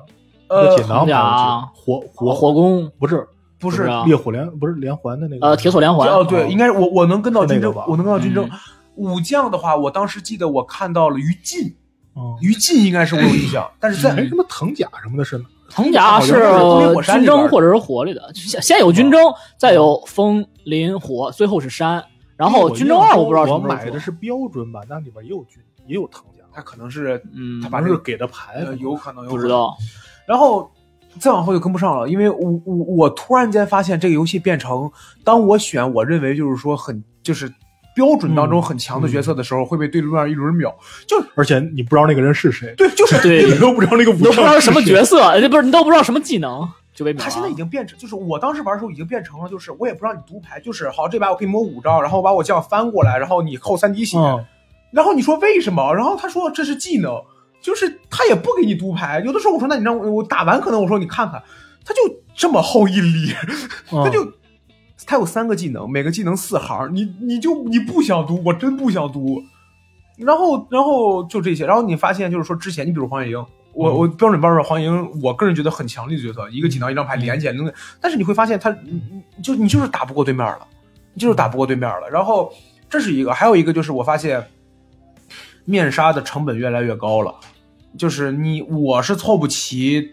B: 呃
A: 一个铁囊
C: 红
A: 牌
C: 甲
A: 我记得，火火
C: 火火攻
A: 不是
B: 不
C: 不
B: 是
C: 是啊
A: 烈火连不是连环的那个
C: 呃铁索连环
B: 哦，对，应该是我我能跟到
A: 是那
B: 军
A: 个
B: 争
A: 吧，
B: 我能跟到军争
C: 嗯。
B: 武将的话，我当时记得我看到了于禁，
A: 嗯
B: 于禁应该是我有印象，但是在
A: 哎，什么藤甲什么的是哪？
C: 藤甲
B: 好像
C: 是
B: 是风林火山
C: 军
B: 里边
C: 争
B: 的
C: 或者是火里的，先先有军争，再有风林火，最后是山。然后军争二我不知道什
A: 哎我
C: 么时候
A: 买的
C: 出
A: 是标准版，那里边也有军也有藤甲，
B: 他可能是
C: 嗯
B: 他，把
A: 反
B: 这
A: 正
B: 个
A: 是给的牌
B: 呃，，有可能有
C: 不
B: 可
C: 知
B: 能
C: 道，
B: 然后再往后就跟不上了，因为我我我突然间发现这个游戏变成，当我选我认为就是说很就是标准当中很强的角色的时候，会被对面一轮秒，就是
A: 而且你不知道那个人是谁，
B: 对，就是
C: 对
A: 你都不知道那个武
C: 你都不知道
A: 将
C: 是什么角色，哎不是你都不知道什么技能就被秒
B: 他
C: 了。
B: 现在已经变成，就是我当时玩的时候已经变成了，就是我也不让你读牌，就是好这把我给你摸五张，然后我把我将翻过来，然后你扣三滴血，
A: 嗯，
B: 然后你说为什么？然后他说这是技能，就是他也不给你读牌。有的时候我说那你让我我打完可能我说你看看，他就这么厚一理，
A: 嗯
B: 他就它有三个技能，每个技能四行，你你就你不想读，我真不想读。然后然后就这些，然后你发现就是说之前你比如黄月英，我、
A: 嗯
B: 我标准班的黄月英，我个人觉得很强力的角色，一个技能一
A: 嗯
B: 张牌连起来能，但是你会发现他，你你就你就是打不过对面了，你就是打不过对面了。然后这是一个，还有一个就是我发现面纱的成本越来越高了，就是你我是凑不齐。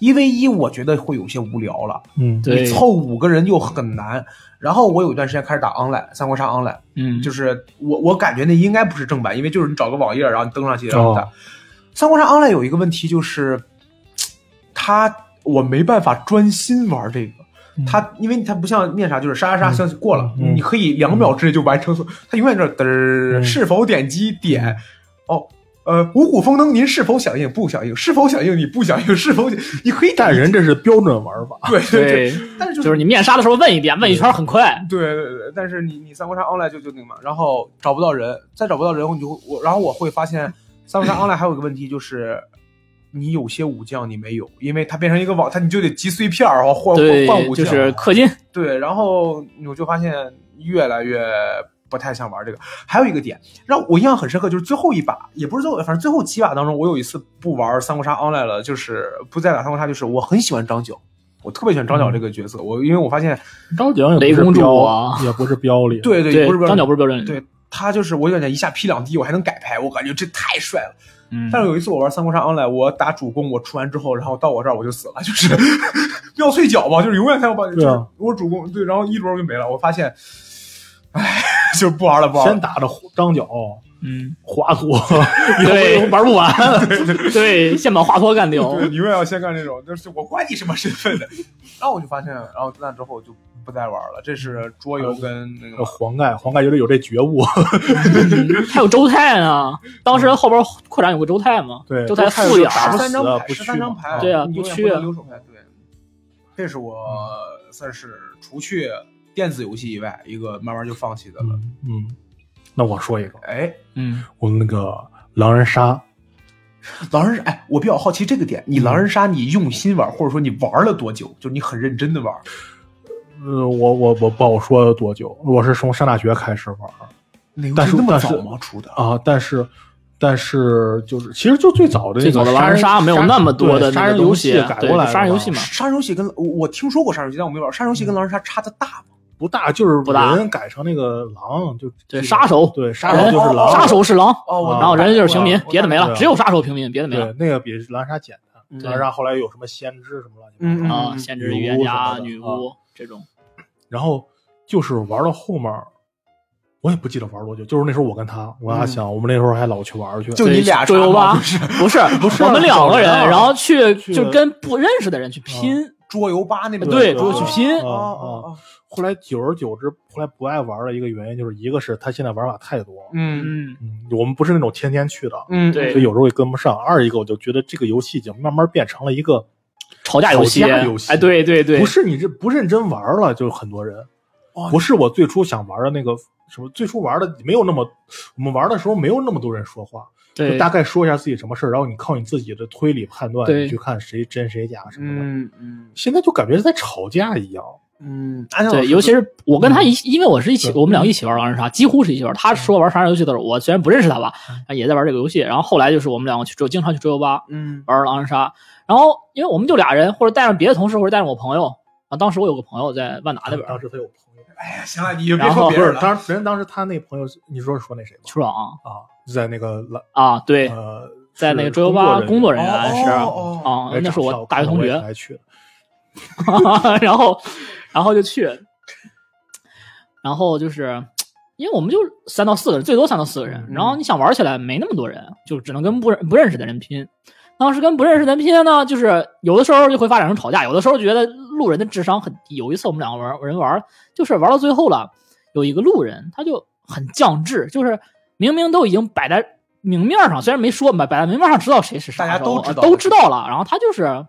B: 一 v 一，我觉得会有些无聊了。
A: 嗯，
C: 对
B: 你凑五个人又很难。然后我有一段时间开始打 online 三国杀 online，
C: 嗯，
B: 就是我我感觉那应该不是正版，因为就是你找个网页，然后你登上去，然后打。
A: 哦
B: 三国杀 online 有一个问题就是，它我没办法专心玩这个。
A: 嗯
B: 它因为它不像面啥，就是杀杀杀，像过了，
A: 嗯
B: 你可以两秒之内就完成所。它永远这儿嘚儿，
A: 嗯
B: 是否点击点？哦，呃，五谷丰登，您是否响应？不响应？是否响应？你不响应？是否响？你可以
A: 但人这是标准玩法，
B: 对对对，
C: 对，
B: 但是就是
C: 就是你面杀的时候问一遍，问一圈很快。
B: 对对对，但是你你三国杀 online 就就那个嘛，然后找不到人，再找不到人，你就我，然后我会发现三国杀 online 还有一个问题就是，你有些武将你没有，因为它变成一个网，它你就得集碎片儿，然后换换
C: 对
B: 换武，
C: 就
B: 将，
C: 是氪金。
B: 对，然后我就发现越来越不太想玩这个。还有一个点让我印象很深刻，就是最后一把，也不是最后，反正最后几把当中，我有一次不玩三国杀 online 了，就是不再打三国杀，就是我很喜欢张角。我特别喜欢张角这个角色，我因为我发现，
A: 张景也不是
C: 嗯雷公主
A: 标
C: 啊
A: 也不是标里，
B: 对对，
C: 对
B: 不是，
C: 张角不是标
A: 嗯
C: 准。
B: 对他就是我感觉一下劈两滴，我还能改牌，我感觉这太帅了。
C: 嗯，
B: 但是有一次我玩三国杀 online，我打主公，我出完之后，然后到我这儿我就死了，就是 (laughs) 妙脆角嘛，就是永远他要把，就
A: 对啊
B: 是我主公对，然后一轮就没了。我发现，唉，就不玩了，不玩
A: 先
B: 了。
A: 打着张角
C: 嗯，
A: 华佗，
B: 哎
C: 对，玩不完。 (laughs) 对，先把华佗
B: (laughs)
C: 干掉。
B: 对，你永远要先干这种，就是我管你什么身份的。 (laughs) 然后我就发现，然后自那之后我就不再玩了。这是桌游跟那个
A: 黄盖，黄盖有点有这觉悟，
C: 嗯还有周泰呢，当
B: 嗯
C: 时后边扩展有个周泰嘛，
A: 对
C: 周泰
A: 周泰
C: 副眼
A: 打
C: 儿
A: 不
B: 十
A: 死
B: 三张
A: 啊
B: 牌，
A: 不
B: 十
A: 去
B: 三张
A: 嘛
B: 牌，
C: 对啊
B: 你
C: 不
B: 永远
C: 去
B: 能
C: 啊
B: 留手牌，对。这是我算是除去电子游戏以外一个慢慢就放弃的了。
A: 嗯嗯，那我说一个，
B: 哎，
C: 嗯，
A: 我那个狼人杀，
B: 狼人，哎，我比较好奇这个点，你狼人杀你用心玩，或者说你玩了多久？就你很认真的玩。
A: 呃，我我我不好说多久，我是从上大学开始玩
B: 那游
A: 但
B: 戏
A: 是
B: 那么
A: 但是
B: 早吗出的？
A: 啊，但是但是就是其实就最早的那
C: 最
A: 个
C: 早的狼
A: 杀
C: 人杀没有那么多的
A: 对杀
C: 那
A: 人
C: 个
A: 游
C: 东
A: 戏
C: 西，啊
A: 改
C: 对
A: 过来，的
C: 杀人游
A: 吧
C: 戏嘛，
B: 杀人游戏跟我我听说过杀人游戏，但我没玩。杀人游戏跟狼人杀差的大吗？
A: 不大，就是
C: 不大
A: 人改成那个狼，就
C: 对，杀手，
A: 对杀手就是
B: 哦
A: 狼，
C: 杀手是狼，
B: 哦，我
A: 啊
C: 然后人家就是平民
B: 我，
C: 别的没
A: 对
C: 了，
A: 啊
C: 只有杀手平民，别的没
A: 对
C: 了。
A: 那个比狼人杀简单，
B: 嗯
A: 狼人杀后来有什么先知什么乱七八糟
B: 嗯
A: 的。
B: 嗯
C: 啊，限制
A: 女
C: 预言
A: 巫什么
C: 家、
A: 的
C: 女
A: 啊
C: 巫这种，
A: 然后就是玩到后面儿，我也不记得玩多久，就是那时候我跟他，我
C: 嗯
A: 跟他想，我们那时候还老去玩儿去，
B: 就你俩
C: 周游
B: 吧，
C: 吧
B: 就是
C: 不 (laughs) 是
A: 不是
C: 我们两个人，
A: 找人啊
C: 然后去
A: 去
C: 就跟不认识的人去拼，
B: 桌游吧那种。
C: 对，
A: 对
C: 主要去拼，
A: 啊
B: 哦哦
A: 啊！
B: 哦，
A: 后来久而久之，后来不爱玩儿的一个原因就是一个是他现在玩法太多，
B: 嗯
C: 嗯，
A: 嗯，我们不是那种天天去的，
B: 嗯，
C: 对
A: 所以有时候也跟不上。二一个我就觉得这个游戏已经慢慢变成了一个
C: 吵架游戏，
A: 吵架游戏
C: 哎，对对对哦
A: 不，是你这不认真玩儿了，就很多人
B: 哇。
A: 不是我最初想玩儿的那个什么，最初玩儿的没有那么，我们玩儿的时候没有那么多人说话，就
C: 对
A: 大概说一下自己什么事儿，然后你靠你自己的推理判断，
C: 对
A: 你去看谁真谁假什么的。
B: 嗯嗯
A: 现在就感觉是在吵架一样，
B: 嗯，安阳老
C: 对，
B: 师
C: 尤其是我跟他一，因为我是一
A: 嗯
C: 起，
A: 对嗯
C: 我们俩一起玩狼人杀，几乎是一起玩。他说玩杀人游戏的时候，我虽然不认识他吧，
A: 嗯
C: 也在玩这个游戏。然后后来就是我们两个去周，经常去桌游吧
B: 嗯
C: 玩狼人杀。然后因为我们就俩人，或者带上别的同事，或者带上我朋友啊。当时我有个朋友在万达那边，
A: 当时他有朋友，
B: 哎呀，行了，你就别
C: 然
B: 说
C: 后
A: 不
B: 别人
A: 是，
B: 了。
A: 当时人当时他那朋友，你说说那谁吧？
C: 邱爽
A: 啊，就在那个蓝
C: 啊，对，
A: 呃，
C: 在那个桌游吧
A: 是
C: 工作人
B: 哦
C: 员是啊，
B: 哦哦
A: 来
C: 那是
A: 哎找
C: 我
A: 校
C: 大学同
A: 我
C: 学
A: 也。才去的，
C: (laughs) 然后，然后就去，然后就是因为我们就三到四个人，最多三到四个人，然后你想玩起来没那么多人，就只能跟不认不认识的人拼。当时跟不认识的人拼呢，就是有的时候就会发展成吵架，有的时候觉得路人的智商很低。有一次我们两个玩人玩，就是玩到最后了，有一个路人他就很降智，就是明明都已经摆在明面上，虽然没说摆摆在明面上知道谁是杀手，
B: 大家都知道
C: 呃都知道了，然后他就是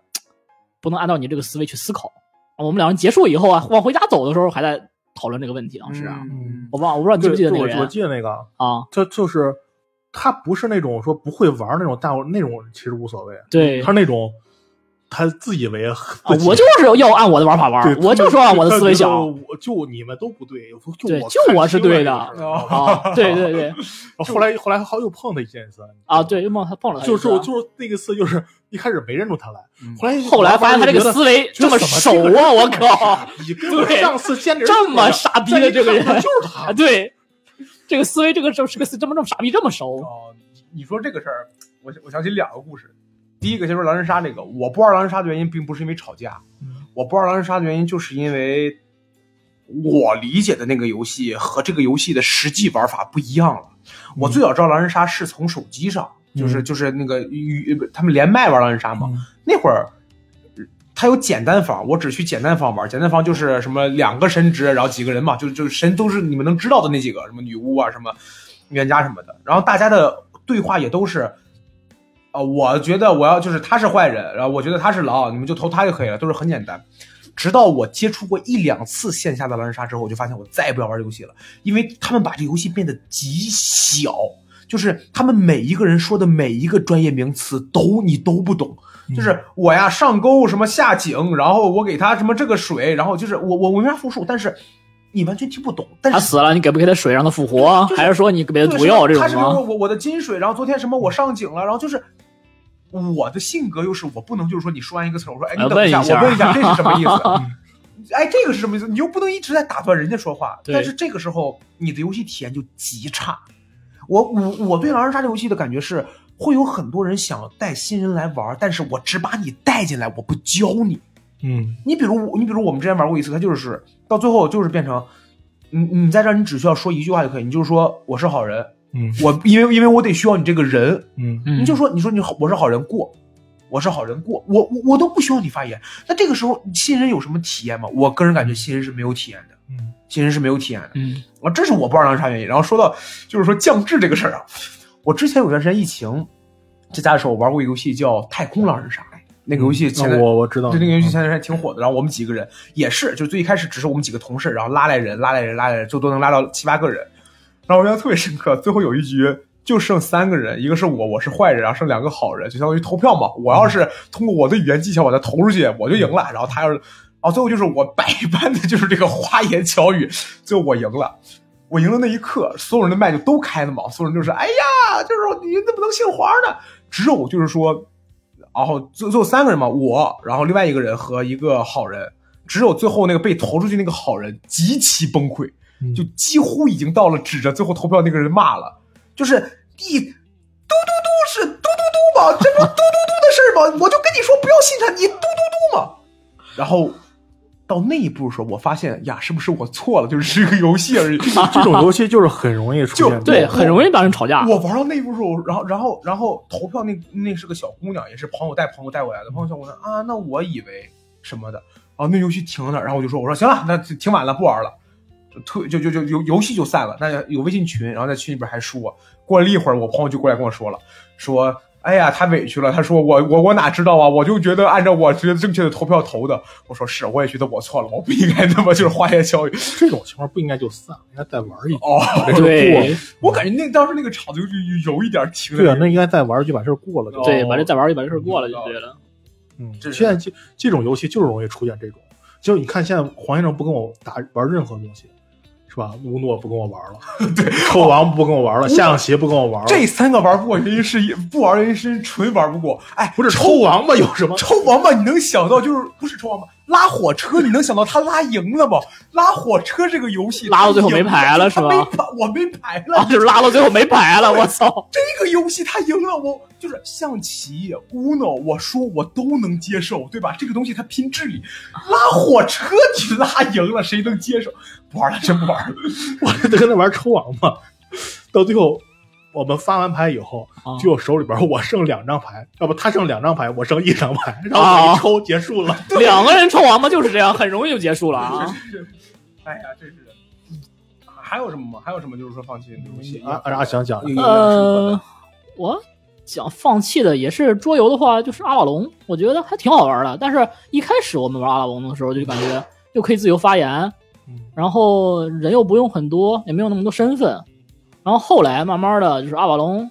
C: 不能按照你这个思维去思考。我们两人结束以后啊，往回家走的时候还在讨论这个问题，当时啊，
B: 嗯
C: 我忘了，我不知道你记不记得那个
A: 对我我
C: 人
A: 记得那个，
C: 啊？
A: 他就是嗯他不是那种说不会玩儿那种大那种，其实无所谓，
C: 对
A: 他是那种他自以为
C: 啊我就是要按我的玩法
A: 对
C: 玩，
A: 他
C: 我就说按啊我的
A: 他
C: 思维
A: 觉得
C: 想。
A: 我就你们都不对，我就
C: 对
A: 我
C: 就
A: 看
C: 我是
A: 清了这
C: 对的
A: 个事儿然后
C: 啊，对对对，
A: 后来后来好又碰他一剑三
C: 啊，，对，又梦他碰了他一
A: 就
C: 次，
A: 是我就是那个次就是一开始没认出他来
B: 嗯，
A: 后来
C: 后来发现他这个思
A: 维
C: 维这么熟啊，我靠，
A: 你跟我
C: 对
A: 上次见着
C: (laughs) 这么傻逼的这个人
A: 再一看就是他
C: (laughs) 啊，，对，这个思维这个这这个这么这么傻逼这么熟，
B: 哦，你说这个事儿，我我想起两个故事。第一个先说狼人杀那个，我不玩狼人杀的原因并不是因为吵架，
A: 嗯
B: 我不玩狼人杀的原因就是因为我理解的那个游戏和这个游戏的实际玩法不一样了。我最早知道狼人杀是从手机上，就是就是那个与呃他们连麦玩狼人杀嘛，
A: 嗯
B: 那会儿。他有简单房，我只去简单房玩。简单房就是什么两个神职，然后几个人嘛，就就神都是你们能知道的那几个，什么女巫啊，什么冤家什么的。然后大家的对话也都是，啊、我觉得我要就是他是坏人，然后我觉得他是狼，你们就投他就可以了，都是很简单。直到我接触过一两次线下的狼人杀之后，我就发现我再也不要玩这游戏了，因为他们把这游戏变得极小，就是他们每一个人说的每一个专业名词都你都不懂，
C: 嗯
B: 就是我呀上钩什么下井，然后我给他什么这个水，然后就是我我我没法复述，但是你完全听不懂，但
C: 他
B: 是。
C: 死了，你给不给他水让他复活，还是说你给他
B: 对
C: 毒
B: 是
C: 药这
B: 他
C: 种
B: 是
C: 吗？
B: 我我我的金水，然后昨天什么我上井了，然后就是我的性格又是我不能就是说你说完一个词儿，我说哎你
C: 呃
B: 等一下，
C: 问一下
B: 我问一
C: (laughs)
B: 下这是什么意思？哎，这个是什么意思？你又不能一直在打断人家说话，
C: 对
B: 但是这个时候你的游戏体验就极差。我我我对狼人杀这游戏的感觉是，会有很多人想带新人来玩，但是我只把你带进来，我不教你。
A: 嗯
B: 你比如我，你比如我们之前玩过一次，它就是到最后就是变成，你你在这儿你只需要说一句话就可以，你就说我是好人，
A: 嗯
B: 我因为因为我得需要你这个人，
A: 嗯
C: 嗯
B: 你就说你说你好，我是好人过，我是好人过，我我我都不需要你发言。那这个时候新人有什么体验吗？我个人感觉新人是没有体验的，
A: 嗯，
B: 新人是没有体验的。
C: 嗯
B: 啊，这是我不知道啥原因。然后说到就是说降智这个事儿啊，我之前有段时间疫情在家的时候玩过一个游戏叫《太空狼人杀》，那个游戏前
A: 那
B: 段
A: 我我知道
B: 对，那个游戏前段时间挺火的。然后我们几个人也是，就最一开始只是我们几个同事，然后拉来人，拉来人，拉来人，最多能拉到七八个人。然后我印象特别深刻，最后有一局就剩三个人，一个是我，我是坏人，然后剩两个好人，就相当于投票嘛。我要是通过我的语言技巧把它投出去，我就赢了。然后他要是，哦，最后就是我百般的就是这个花言巧语，最后我赢了。我赢的那一刻，所有人的麦就都开了嘛，所有人就是哎呀，就是你怎么能姓黄呢？只有就是说，然后最最后三个人嘛，我，然后另外一个人和一个好人，只有最后那个被投出去那个好人极其崩溃，
A: 嗯
B: 就几乎已经到了指着最后投票那个人骂了，就是一嘟嘟嘟是嘟嘟嘟嘛，这不嘟嘟嘟的事儿吗？我就跟你说不要信他，你嘟嘟嘟嘛。然后到那一步的时候，我发现呀，是不是我错了？就是这个游戏而已。
A: 啊这种游戏就是很容易出
B: 就
A: 现
C: 对，
A: 这种
C: 很容易把人吵架。
B: 我玩到那一步的时候，然后然后然后投票那那是个小姑娘，也是朋友带朋友带过来的。朋友小姑娘啊，那我以为什么的，然后那游戏停了，然后我就说我说行了，那挺晚了，不玩了。就退就就就游游戏就散了，那有微信群，然后在群里边还说，过了一会儿，我朋友就过来跟我说了，说，哎呀，他委屈了，他说我我我哪知道啊，我就觉得按照我觉得正确的投票投的，我说是，我也觉得我错了，我不应该那么就是花言巧语，
A: 这种情况不应该就散，应该再玩一局。
B: 哦， (laughs)
C: 对
B: 我感觉那当时那个场子就有有一点停了
A: 对啊，那应该再玩就把事儿过了就。
C: 对，
B: 哦
C: 把这再玩一把这事儿过了就对了。
A: 嗯，
B: 这是
A: 现在这这种游戏就是容易出现这种，就你看现在黄先生不跟我打玩任何东西，是吧？乌诺不跟我玩了， (laughs) 对，抽王不跟我玩了，下象棋不跟我玩了，
B: 这三个玩不过原因是不玩原因是纯玩不过。哎，
A: 不是
B: 抽
A: 抽王八有什么？ (laughs)
B: 抽王八，你能想到就是不是抽王八拉火车，你能想到他拉赢了吗？拉火车这个游戏
C: 拉到最后没牌了
B: 他
C: 是吧
B: 没牌，我没牌了。
C: 啊，就是拉到最后没牌了，我操！
B: 这个游戏他赢了，我就是象棋、Uno，我说我都能接受，对吧？这个东西它拼智力，拉火车你拉赢了，谁能接受？不玩了，真不玩了。
A: 我就跟他玩抽王八，到最后我们发完牌以后，
C: 啊
A: 就我手里边我剩两张牌，要不他剩两张牌，我剩一张牌，然后我一抽结束了。
C: 两个人抽王八就是这样，很容易就结束
B: (laughs)
C: 了啊。
B: 哎呀，真是。还有什么吗？还有什么就是说放弃的游戏？
A: 啊啊，想想，
C: 呃，我想放弃的也是桌游的话，就是阿瓦隆，我觉得还挺好玩的。但是一开始我们玩阿瓦隆的时候，就感觉又可以自由发言
A: 嗯，
C: 然后人又不用很多，也没有那么多身份。然后后来慢慢的就是阿瓦隆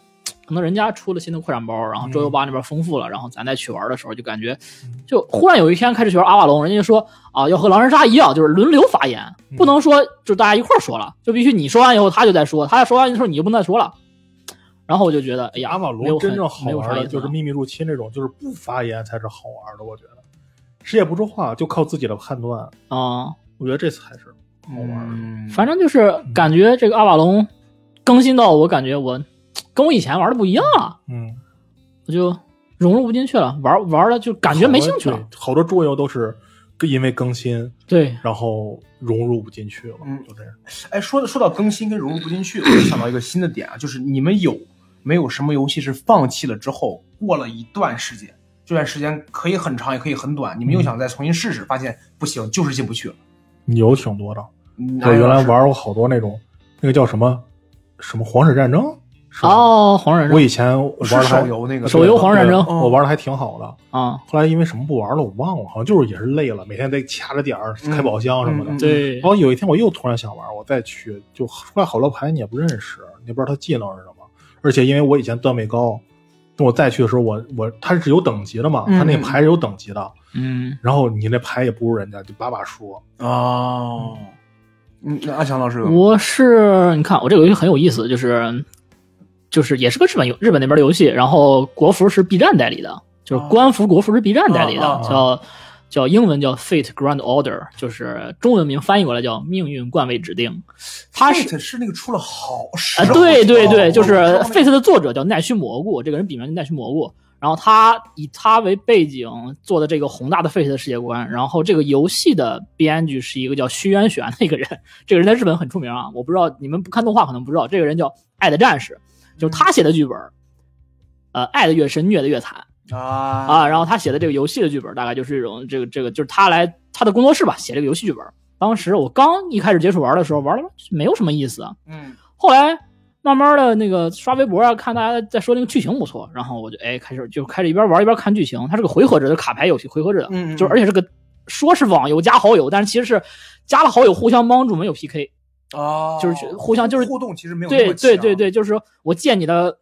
C: 可能人家出了新的扩展包，然后
A: 嗯
C: 桌游吧那边丰富了，然后咱再去玩的时候，就感觉就忽然有一天开始去玩阿瓦隆，人家就说啊，要和狼人杀一样，就是轮流发言，
A: 嗯
C: 不能说就大家一块儿说了，就必须你说完以后他就再说，他说完之后你就不能再说了。然后我就觉得，哎呀，
A: 阿瓦
C: 没有
A: 隆
C: 很
A: 真正好
C: 没有啥啊
A: 玩的
C: 意思
A: 就是
C: 了
A: 秘密入侵这种，就是不发言才是好玩的。我觉得谁也不说话，就靠自己的判断，
C: 啊、
A: 我觉得这才是好玩的。
B: 嗯
C: 反正就是感觉这个阿瓦隆更新到我感觉我跟我以前玩的不一样了。
A: 嗯，
C: 我就融入不进去了，玩玩了就感觉没兴趣
A: 好啊
C: 了
A: 多。。对好多桌游都是因为更新，
C: 对，
A: 然后融入不进去了，
B: 嗯
A: 就这样。
B: 哎，说说到更新跟融入不进去，我就想到一个新的点啊，就是你们有没有什么游戏是放弃了之后，过了一段时间，这段时间可以很长，也可以很短，你
C: 嗯
B: 们又想再重新试试，发现不行，就是进不去了。
A: 有挺多的，
B: 嗯
A: 我原来，玩过好多那种，那个叫什么什么皇室战争，是吧，
C: 哦，黄人
A: 我以前玩
B: 是
A: 的还
B: 手游嗯那个
C: 手游
A: 对
C: 皇室战争
A: 对我玩的还挺好的。
C: 啊，
A: 后来因为什么不玩了，我忘了，好像就是也是累了，每天得掐着点儿
B: 嗯
A: 开宝箱什么的。
B: 嗯嗯嗯
C: 对
A: 然，后有一天我又突然想玩，我再去，就出来好多牌你也不认识，你也不知道它技能是什么。而且因为我以前段位高，等我再去的时候，我我它是有等级的嘛，
B: 嗯
A: 它那
B: 嗯
A: 牌是有等级的。
C: 嗯，
A: 然后你那牌也不如人家，就叭叭说。
B: 哦，嗯，那阿强老师有吗
C: 我是你看我这个游戏很有意思，就是就是也是个日本游日本那边的游戏，然后国服是 B 站代理的，就是官服国服是 B 站代理的，
B: 啊啊啊
C: 叫。叫英文叫 Fate Grand Order，就是中文名翻译过来叫命运冠位指定。它是
B: Fate 是那个出了好十
C: (laughs) 啊，
B: 好
C: 对
B: 多
C: 对对，
B: 哦
C: 就是
B: 我知道那个
C: Fate 的作者叫奈须蘑菇，这个人笔名叫奈须蘑菇。然后他以他为背景做的这个宏大的 Fate 的世界观，然后这个游戏的编剧是一个叫虚渊玄的一个人，这个人在日本很出名啊，我不知道你们不看动画可能不知道，这个人叫《爱的战士》，就是他写的剧本，呃，爱的越深，虐的越惨。
B: 啊
C: 啊，然后他写的这个游戏的剧本大概就是这种，这个这个就是他来他的工作室吧写这个游戏剧本。当时我刚一开始接触玩的时候，玩了没有什么意思啊，
B: 嗯
C: 后来慢慢的那个刷微博啊，看大家在说那个剧情不错，然后我就哎开始就开始一边玩一边看剧情。它是个回合制的卡牌游戏，回合制的，
B: 嗯嗯
C: 就是而且是个说是网游加好友，但是其实是加了好友互相帮助，没有 PK。
B: 啊，
C: 就是去互相就是
B: 互动，其实没有那
C: 对
B: 么
C: 对
B: 强
C: 对，对，就是说我借你的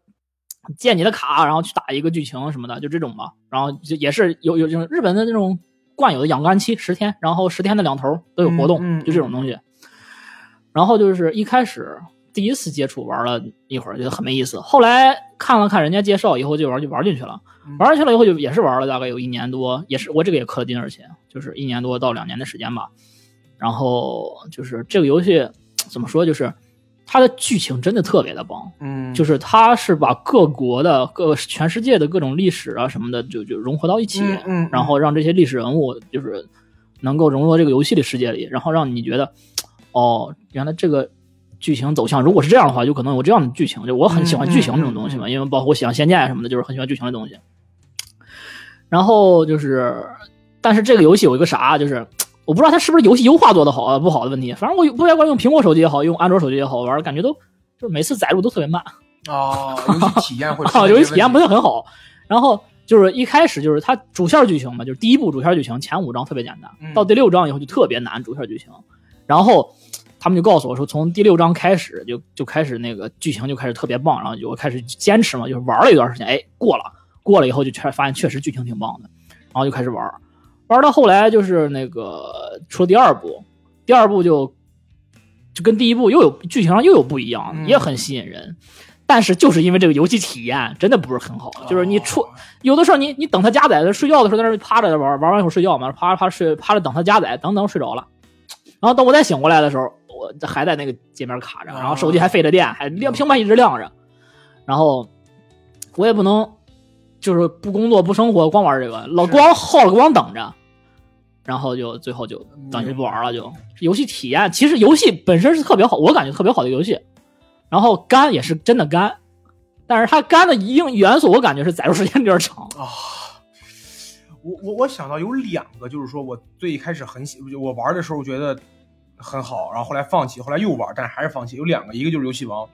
C: 借你的卡，然后去打一个剧情什么的，就这种吧。然后就也是有有这种日本的那种惯有的养肝期十天，然后十天的两头都有活动，
B: 嗯嗯
C: 就这种东西。然后就是一开始第一次接触玩了一会儿，觉得很没意思。后来看了看人家介绍，以后就玩就玩进去了
B: 嗯。
C: 玩进去了以后就也是玩了大概有一年多，也是我这个也氪了金，而且就是一年多到两年的时间吧。然后就是这个游戏怎么说，就是它的剧情真的特别的棒，
B: 嗯，
C: 就是它是把各国的各全世界的各种历史啊什么的就就融合到一起，
B: 嗯嗯嗯
C: 然后让这些历史人物就是能够融入到这个游戏的世界里，然后让你觉得哦，原来这个。剧情走向，如果是这样的话，就可能有这样的剧情。就我很喜
B: 嗯
C: 欢
B: 嗯
C: 剧情这种东西嘛，因为包括我喜欢《仙剑》什么的，就是很喜欢剧情的东西。然后就是，但是这个游戏有一个啥，就是我不知道它是不是游戏优化做的好啊不好的问题。反正我不太管用苹果手机也好，用安卓手机也好玩儿，感觉都就是每次载入都特别慢，
B: 啊，游戏体验
C: (laughs)
B: 会出
C: 啊，
B: 现
C: 游
B: 一
C: 戏
B: 些
C: 体验不
B: 问
C: 是很好。然后就是一开始就是它主线剧情嘛，就是第一部主线剧情前五章特别简
B: 嗯
C: 单，到第六章以后就特别难主线剧情。然后他们就告诉我说，从第六章开始就就开始那个剧情就开始特别棒，然后就开始坚持嘛，就是玩了一段时间，哎，过了，过了以后就确发现确实剧情挺棒的，然后就开始玩，玩到后来就是那个出了第二部，第二部就就跟第一部又有剧情上又有不一样，
B: 嗯
C: 也很吸引人。但是就是因为这个游戏体验真的不是很好，
B: 题
C: 就是你出
B: 哦
C: 有的时候你你等它加载，睡觉的时候在那儿趴着玩，玩完一会儿睡觉嘛，趴着趴着睡趴着等它加载，等等睡着了，然后等我再醒过来的时候，我还在那个界面卡着，
B: 啊
C: 然后手机还费着电，还亮平板一直亮着，然后我也不能就是不工作不生活光玩这个，老
B: 是
C: 光耗着光等着，然后就最后就
B: 嗯
C: 等于不玩了就，游戏体验其实游戏本身是特别好，我感觉特别好的游戏，然后干也是真的干。但是它干的硬元素，我感觉是载入时间有点长。
B: 啊。我我我想到有两个，就是说我最一开始很喜，我玩的时候觉得很好，然后后来放弃，后来又玩，但是还是放弃。有两个，一个就是游戏王，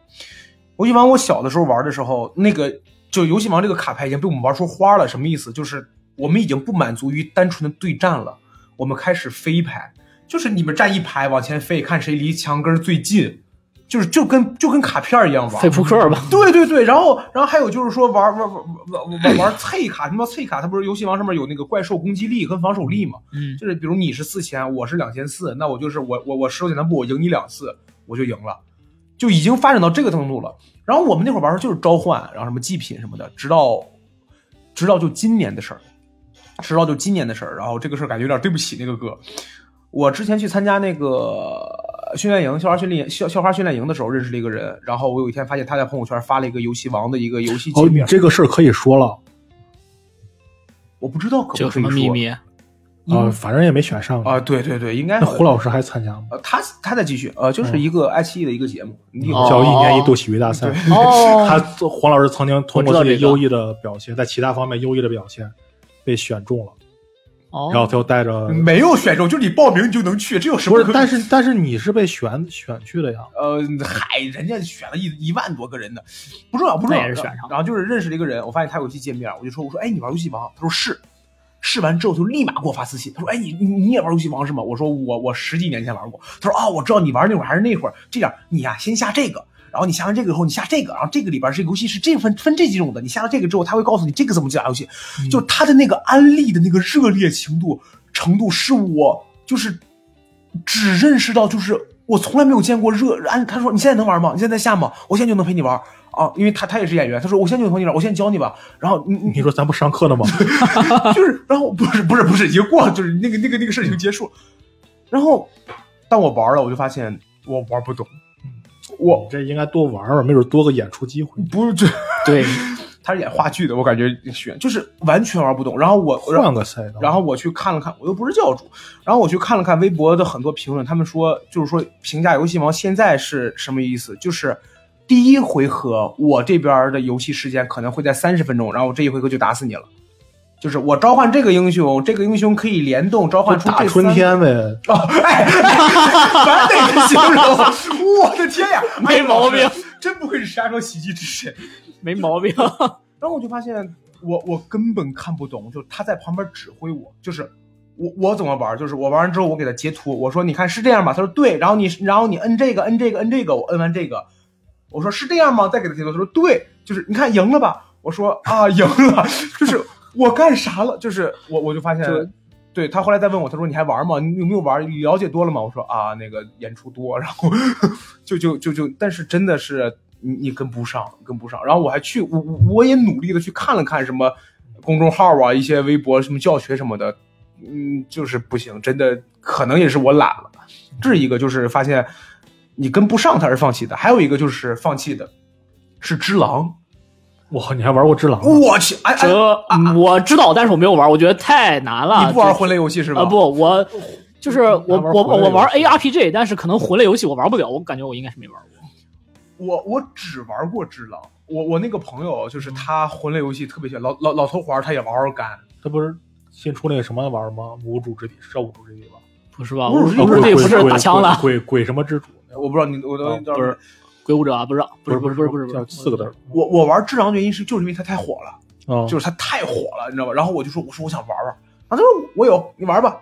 B: 游戏王我小的时候玩的时候，那个就游戏王这个卡牌已经被我们玩出花了，什么意思？就是我们已经不满足于单纯的对战了，我们开始飞牌，就是你们站一排往前飞，看谁离墙根儿最近，就是就跟就跟卡片儿一样玩
C: 废。扑克吧，
B: (laughs) 对对对，然后然后还有就是说玩玩玩玩玩玩脆卡，他妈脆卡，它不是游戏王上面有那个怪兽攻击力跟防守力嘛？
C: 嗯，
B: 就是比如你是四千，我是两千四，那我就是我我我十手简单步，我赢你两次，我就赢了，就已经发展到这个程度了。然后我们那会儿玩的就是召唤，然后什么祭品什么的，直到直到就今年的事儿，直到就今年的事儿。然后这个事儿感觉有点对不起那个哥。我之前去参加那个训练营，校花训练营校校花训练营的时候认识了一个人，然后我有一天发现他在朋友圈发了一个游戏王的一个游戏界
A: 哦，你
B: 面，
A: 这个事儿可以说了
B: 我不知道可不可以
C: 这有什么
B: 说
C: 秘密？嗯
A: 啊，反正也没选上
C: 哦
B: 啊、。对对对，应该
A: 那胡老师还参加吗？
B: 呃，他他在继续，
A: 嗯
B: 呃，就是一个爱奇艺的一个节目，你有
C: 哦
A: 叫一年一度喜剧大赛。
C: 哦，
A: 他黄老师曾经通过
C: 我知道
A: 自
C: 这
A: 己
C: 个
A: 优异的表现，在其他方面优异的表现被选中了，
C: 哦
A: 然后他就带着
B: 没有选中，就是你报名你就能去，这有什
A: 不
B: 么
A: 是
B: 可？，
A: 但是但是你是被选选去的呀。
B: 呃，嗨，人家选了一一万多个人呢，不重要，不重要。
C: 那也是选上
B: 然后就是认识了一个人，我发现他有期见面，我就说，我说，哎，你玩游戏王？他说是。试完之后就立马给我发私信，他说：“哎，你你你也玩游戏王是吗？”我说：“我我十几年前玩过。”他说：“啊、我知道你玩那会儿还是那会儿。这样，你呀、先下这个，然后你下完这个以后，你下这个，然后这个里边这个游戏是这分分这几种的。你下了这个之后，他会告诉你这个怎么去打游戏。就他的那个安利的那个热烈程度程度，是我就是只认识到就是我从来没有见过热安。他说你现在能玩吗？你现在下吗？我现在就能陪你玩啊，因为他他也是演员，他说我现在就能陪你玩，我现在教你吧。然后你你
A: (laughs) 你说咱不上课呢吗？
B: 就是，然后不是不是不是已经过了，就是那个那个那个事情结束了。然后当我玩了，我就发现我玩不懂，我
A: 你这应该多玩玩，没准多个演出机会。
B: 不是这
C: 对，
B: (laughs) 他是演话剧的，我感觉选就是完全玩不懂。然后我然后
A: 换个赛道，
B: 然后我去看了看，我又不是教主，然后我去看了看微博的很多评论，他们说就是说评价游戏王现在是什么意思？就是第一回合我这边的游戏时间可能会在三十分钟，然后我这一回合就打死你了。就是我召唤这个英雄，这个英雄可以联动召唤
A: 就
B: 出
A: 打
B: 这
A: 春
B: 三个
A: 天呗。
B: 哦，哎，咱得形容， (laughs) 我的天呀，
C: 没毛病，
B: 真不愧是石家庄喜剧之神。
C: 没毛病。 (laughs)
B: 然后我就发现，我我根本看不懂，就是他在旁边指挥我，就是我我怎么玩，就是我玩完之后我给他截图，我说你看是这样吧，他说对，然后你然后你摁这个摁这个摁这个，我摁完这个，我说是这样吗？再给他截图，他说对，就是你看赢了吧，我说啊赢了， (laughs) 就是我干啥了，就是我我就发现
C: 就。
B: 对他后来再问我，他说你还玩吗？你有没有玩？你了解多了吗？我说啊，那个演出多，然后 (laughs) 就就就就，但是真的是你你跟不上，跟不上。然后我还去，我我我也努力的去看了看什么公众号啊，一些微博什么教学什么的，嗯，就是不行，真的可能也是我懒了。这是一个就是发现你跟不上，他是放弃的；还有一个就是放弃的是只狼，
A: 哇，你还玩过只狼呢？
B: 我去，哎哎，
A: (laughs)
C: 这
A: 啊
C: 我知道，但是我没有玩，我觉得太难了。
B: 你不玩魂类游戏是吧？
C: 啊？不，我就是我
A: 玩
C: 我
A: 魂类
C: 我玩
A: 游
C: ARPG，但是可能魂类游戏我玩不了，我感觉我应该是没玩过。
B: 我我只玩过只狼。我我那个朋友就是
A: 嗯
B: 他魂类游戏特别喜欢，老老老头环他也玩玩干，
A: 他不是新出那个什么玩吗？无主之地是叫无主之地吧？
C: 不是吧？
B: 不
C: 我
B: 是
C: 我
B: 不是
C: 不是
A: 鬼
C: 那个不
A: 鬼
C: 是打枪了，
A: 鬼鬼鬼什么之主？
B: 我不知道你我都、
A: 啊不是
C: 鬼舞者啊不是不是不是不是不是
A: 叫四个字儿
B: 我我玩只狼的原因是就是因为它太火了，
A: 啊，
B: 就是它太火了，你知道吧？然后我就说我说我想玩玩，啊他说我有，你玩吧。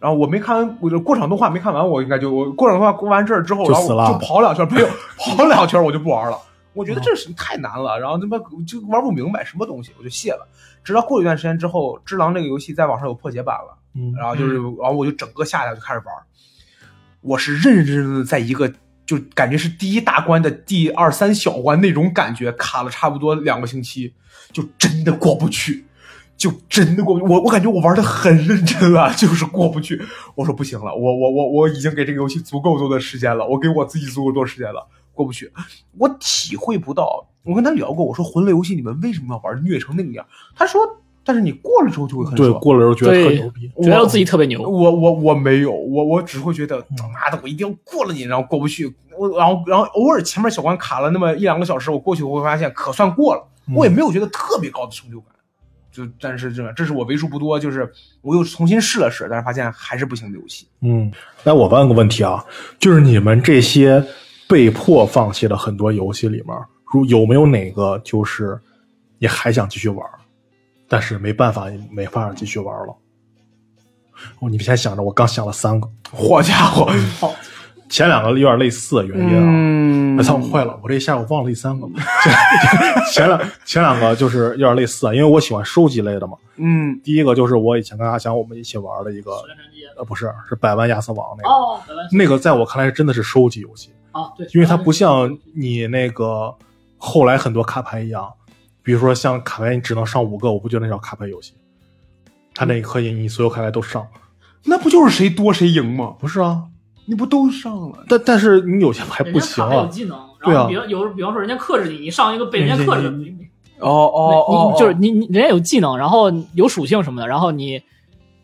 B: 然后我没看完，我就过场动画没看完，我应该就我过场动画过完事儿之后，
A: 就
B: 然后
A: 死了
B: 我就跑两圈，
A: (laughs)
B: 没有跑两圈我就不玩了。我觉得这是太难了，然后他妈就玩不明白什么东西，我就卸了。直到过一段时间之后，《只狼》这个游戏在网上有破解版了，
A: 嗯
B: 然后就是，然后我就整个下来就开始玩儿。我是认认真真的在一个就感觉是第一大关的第二三小关那种感觉，卡了差不多两个星期，就真的过不去，就真的过不去。我我感觉我玩的很认真啊，就是过不去。我说不行了，我我我我已经给这个游戏足够多的时间了，我给我自己足够多时间了，过不去。我体会不到。我跟他聊过，我说魂类游戏你们为什么要玩虐成那个样？他说，但是你过了之后就会很
A: 对，
B: 爽。
A: 过了之后觉得特
C: 对
A: 牛逼。
C: 觉得自己特别牛。
B: 我我我没有，我我只会觉得妈的，我一定要过了你，然后过不去，我然后然后偶尔前面小关卡了那么一两个小时，我过去我会发现可算过了，我也没有觉得特别高的成就感。就但是这这是我为数不多，就是我又重新试了试，但是发现还是不行的游 (laughs) 戏。
A: 嗯，那我问个问题啊，就是你们这些被迫放弃的很多游戏里面，如有没有哪个就是你还想继续玩，但是没办法，没办法继续玩了？哦，你们先想着，我刚想了三个，
B: 嗯好家伙，
A: 前两个有点类似的原因啊。
B: 嗯，
A: 哎操，坏了！我这一下我忘了 (laughs) 第三个，前前两前两个就是有点类似啊，因为我喜欢收集类的嘛。
B: (laughs) 嗯，
A: 第一个就是我以前跟阿翔我们一起玩的一个，
C: 战争机
A: 呃，不是，是百万亚瑟王那个。
C: 哦，本来是
A: 那个在我看来真的是收集游戏，
C: 啊，对，
A: 因为它不像你那个后来很多卡牌一样，比如说像卡牌你只能上五个，我不觉得那叫卡牌游戏。它那可以你所有卡牌都上，
B: 那不就是谁多谁赢吗？
A: 不是啊？
B: 你不都上了？
A: 但但是你有些牌
C: 人
A: 不
C: 家
A: 行
C: 卡牌有
A: 啊，
C: 技能，
A: 对
C: 然
A: 啊
C: 后比方有比方说人家克制你，你上一个被人家克制，
A: 你
C: 你你
B: 哦哦哦，
C: 你
B: 哦
C: 就是你你人家有技能，然后有属性什么的，然后你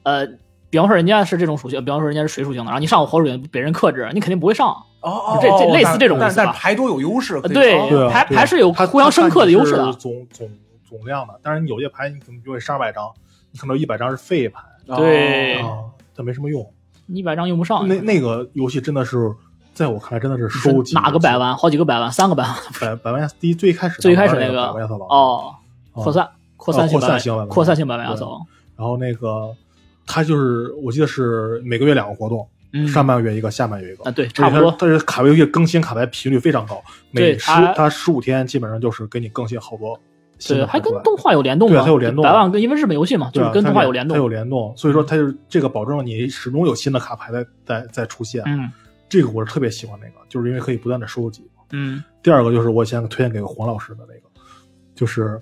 C: 呃，比方说人家是这种属性，比方说人家是水属性的，然后你上火属性被人克制，你肯定不会上。
B: 哦哦，
C: 这这
B: 哦
C: 类似
B: 但
C: 这种意
B: 但
C: 思吧
B: 但牌多有优势，可以
C: 对
B: 哦
A: 对啊
C: 牌
A: 对啊
C: 牌是有
A: 它
C: 互相深刻的优势的
A: 它看你是总总总量的。但是你有些牌你可能比如说你上百张，你可能一百张是废牌
C: 对
B: 哦
A: 啊，它没什么用。
C: 你一百张用不上，
A: 那那个游戏真的是在我看来真的是收集
C: 哪个百万，好几个百万，三个百万
A: 百百万亚瑟第一最开始
C: 最开始
A: 那
C: 那个
A: 百万亚瑟王，
C: 哦，
A: 啊
C: 扩散扩散性
A: 扩
C: 百
A: 散性百万
C: 万，扩散性百啊万亚
A: 对
C: 瑟王，
A: 然后那个他就是我记得是每个月两个活动，
C: 嗯
A: 上半个月一个，下半个月一个
C: 啊。对，差不
A: 而且
C: 多
A: 它它是卡牌游戏更新卡牌频率非常高，每
C: 对
A: 十
C: 它
A: 它十五天基本上就是给你更新好多新
C: 对，
A: 的
C: 还
A: 牌出
C: 跟
A: 来。
C: 动画有联动
A: 对
C: 嘛？
A: 它有联动啊
C: 百万跟因为日本游戏嘛，就
A: 对
C: 是
A: 啊，
C: 跟动
A: 它
C: 画
A: 有
C: 有联
A: 它有
C: 动。
A: 联动，所以说它就是这个保证了你始终有新的卡牌在在在出现。
C: 嗯
A: 这个我是特别喜欢那个，就是因为可以不断的收集。
C: 嗯，
A: 第二个就是我先推荐给黄老师的那个，就是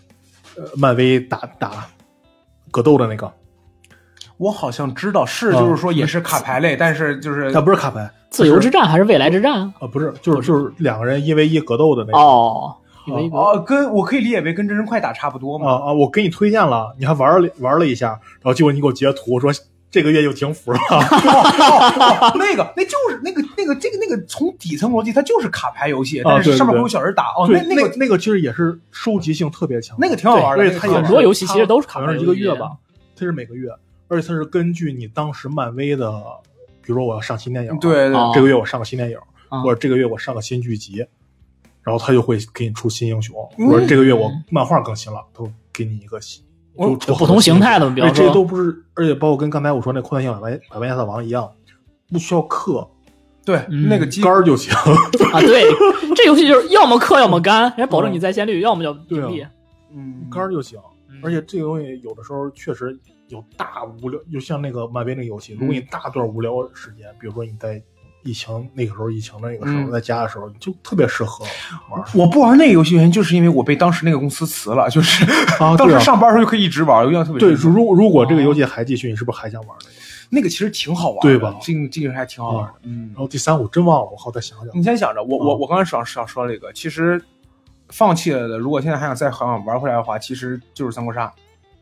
A: 呃漫威打打格斗的那个，
B: 我好像知道是，
A: 啊
B: 就是说也是卡牌类，但是就是
A: 它不是卡牌，
C: 自由之战还是未来之战啊？
A: 啊，不是，就是就是两个人一 v 一格斗的那个。
C: 哦，以为一个
B: 哦，跟我可以理解为跟真人快打差不多
A: 啊
B: 嘛。
A: 啊！我给你推荐了，你还玩了玩了一下，然后结果你给我截图说这个月又停服了。啊
B: 哦，那个，那就是那个那个这个那个从底层逻辑，它就是卡牌游戏，但
A: 啊对
B: 是
A: 对
B: 上面
A: 对
B: 会有小人
A: (laughs)
B: 打。哦，
A: 对，
B: 那
A: 那
B: 个
A: 那个其实也是收集性特别强，
B: 那个挺好玩的，
A: 对
B: 那个
A: 它
B: 挺
A: 也
B: 好玩
C: 很
B: 的
C: 多游戏其实都是
A: 好
C: 卡牌
A: 像
C: 游
A: 是
C: 戏
A: 一个月吧，它是每个月，而且它是根据你当时漫威的，比如说我要上新电影，啊
B: 对，对对
C: 哦
A: 这个月我上个新电影，
C: 啊
A: 或者这个月我上个新剧集，然后它就会给你出新英雄，
B: 嗯
A: 或者这个月我漫画更新了，它会给你一个新。
B: 我
A: 就出好
C: 不
A: 多
C: 同
A: 新
C: 形态的，比
A: 而
C: 方
A: 且这都
C: 说
A: 不是，而且包括跟刚才我说那扩散性百万百万亚瑟王一样，不需要氪
B: 对，
C: 嗯
B: 那个机
A: 杆儿就行。
C: (laughs) 啊，对，这游戏就是要么氪，要么干，人家保证你在线率，要么就屏
A: 对
C: 蔽
A: 啊。
B: 嗯
A: 杆儿就行。
C: 嗯
A: 而且这个东西有的时候确实有大无聊，就像那个漫威那个游戏，如果
C: 嗯
A: 你大段无聊时间，比如说你在疫情那个时候，疫情那个时候
B: 嗯
A: 在家的时候，就特别适合玩
C: 嗯
A: 儿
B: 我不玩那个游戏原因就是因为我被当时那个公司辞了，就是
A: 啊
B: (laughs) 当时上班的时候就可以一直玩，我印象特别
A: 对，
B: 深刻。
A: 如如果
C: 哦
A: 这个游戏还继续，你是不是还想玩这个？
B: 那个其实挺好玩的，
A: 对吧啊
B: 这个这个还挺好玩的。嗯
A: 然，后第三我真忘了，我好再想想。
B: 你先想着，我我
A: 嗯
B: 我刚才想想说了一个，其实放弃了的，如果现在还想再好想玩回来的话，其实就是三国杀。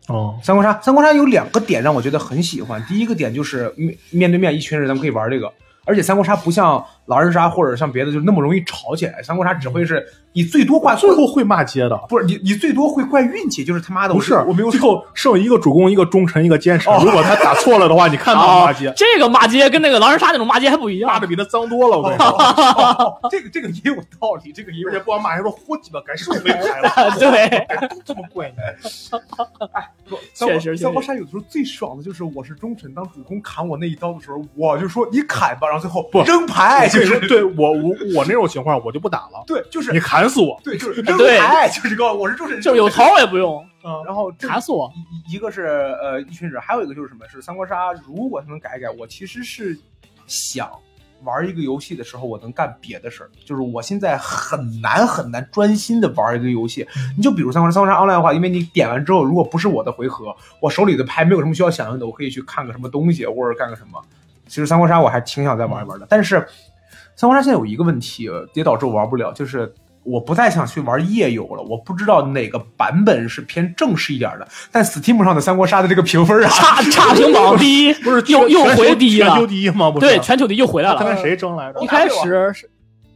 A: 哦
B: 三国杀，三国杀有两个点让我觉得很喜欢。第一个点就是面面对面一群人，咱们可以玩这个，而且三国杀不像狼人杀或者像别的就那么容易吵起来，三国杀只会是你最多挂
A: 最后会骂街的，
B: 不是你你最多会怪运气，就是他妈的
A: 不是
B: 我没有
A: 最后剩一个主公，一个忠臣，一个奸臣。如果他打错了的话，你看他
C: 啊
A: 骂
C: (laughs)
A: 街，，
C: 这个骂街跟那个狼人杀那种骂街还不
A: (laughs)
C: 一
A: 骂
C: 样
A: 的。比他脏多了。我跟你说， (laughs)
B: 哦这个这个也有道理，这个也有
A: 而且不光骂，还说活鸡巴，该是我没牌了，
C: 对，
A: 都 (laughs) 这么怪你。
B: 三国
C: 确实
B: 三国杀有的时候最爽的就是我是忠臣，当主公砍我那一刀的时候，我就说你砍吧，然后最后
A: 不
B: 扔牌，
A: 所
B: 就
A: 以哎说
B: 是
A: 对我我我那种情况我就不打了，
B: 对，就是
A: 你砍死我。
B: 对，就是扔
C: (laughs) 对
B: 牌，就是告诉我是忠臣，
C: 就是有头儿我也不用，
B: 然后这
C: 卡死我。
B: 一一个是呃一群人，还有一个就是什么是三国杀，如果他能改一改，我其实是想玩一个游戏的时候，我能干别的事儿。就是我现在很难很难专心的玩一个游戏。你就比如三国杀，三国杀 online 的话，因为你点完之后，如果不是我的回合，我手里的牌没有什么需要响应的，我可以去看个什么东西或者干个什么。其实三国杀我还挺想再玩一玩的，但是三国杀现在有一个问题，呃也导致我玩不了，就是我不太想去玩夜游了。我不知道哪个版本是偏正式一点的，但 Steam 上的三国杀的这个评分啊，
A: (laughs)
C: 差差评榜第一，
A: 不是
C: 又
A: 全
C: 又
A: 全
C: 回
A: 球
C: 第一
A: 全球呃
C: 了，
A: 第一吗？不是，啊
C: 对，全球第一又回来
A: 他
C: 了。
A: 跟谁争来着
C: 一？开始是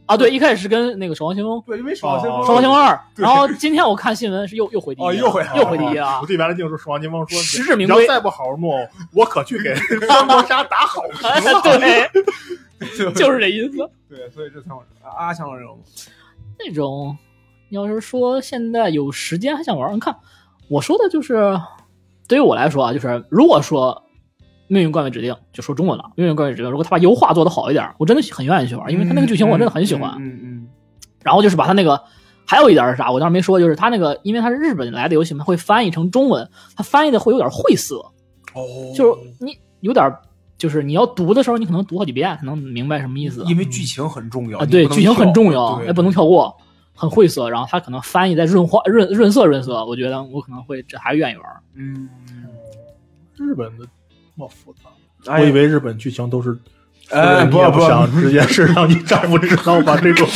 C: 啊，对，一开始是跟那个守望先锋，
B: 对，因为守望先锋，
A: 哦
C: 守望先锋二，
B: 对
C: 然后今天我看新闻是又又回第一了，
B: 哦又回来了
C: 又回第一了
A: 啊 (laughs) 我。对原来就是说王金峰说，
C: 实至名
A: 你要
C: 归
A: 再不好好弄，我可去给 (laughs) 三国杀打好评
C: 哎
A: 了。
C: (laughs) 对，
B: 对
C: 就是这意思。
B: 对，所以这三国杀啊，阿强老师有吗
C: 那种，你要是说现在有时间还想玩，你看我说的就是，对于我来说啊，就是如果说命运惯位指定》，就说中文了，《命运惯位指定》。如果他把油画做得好一点，我真的很愿意去玩，因为他那个剧情我真的很喜欢。
B: 嗯嗯
C: 然后就是把他那个，还有一点是啥？我当时没说，就是他那个，因为他是日本来的游戏嘛，会翻译成中文，他翻译的会有点晦涩，
A: 嗯
B: 哦
C: 就是你有点，就是你要读的时候，你可能读好几遍才能明白什么意思
B: 因为剧情很重要
C: 啊。对，剧情很重要，也
B: 也
C: 不能跳过，很晦涩。然后他可能翻译再润化、润润色、润色，我觉得我可能会这还愿意玩。
B: 嗯，
A: 日本的那么复杂，
B: 哎
A: 我以为日本剧情都是，
B: 哎
A: 你
B: 不
A: 也
B: 不
A: 想直接是让你丈夫知道吧？这种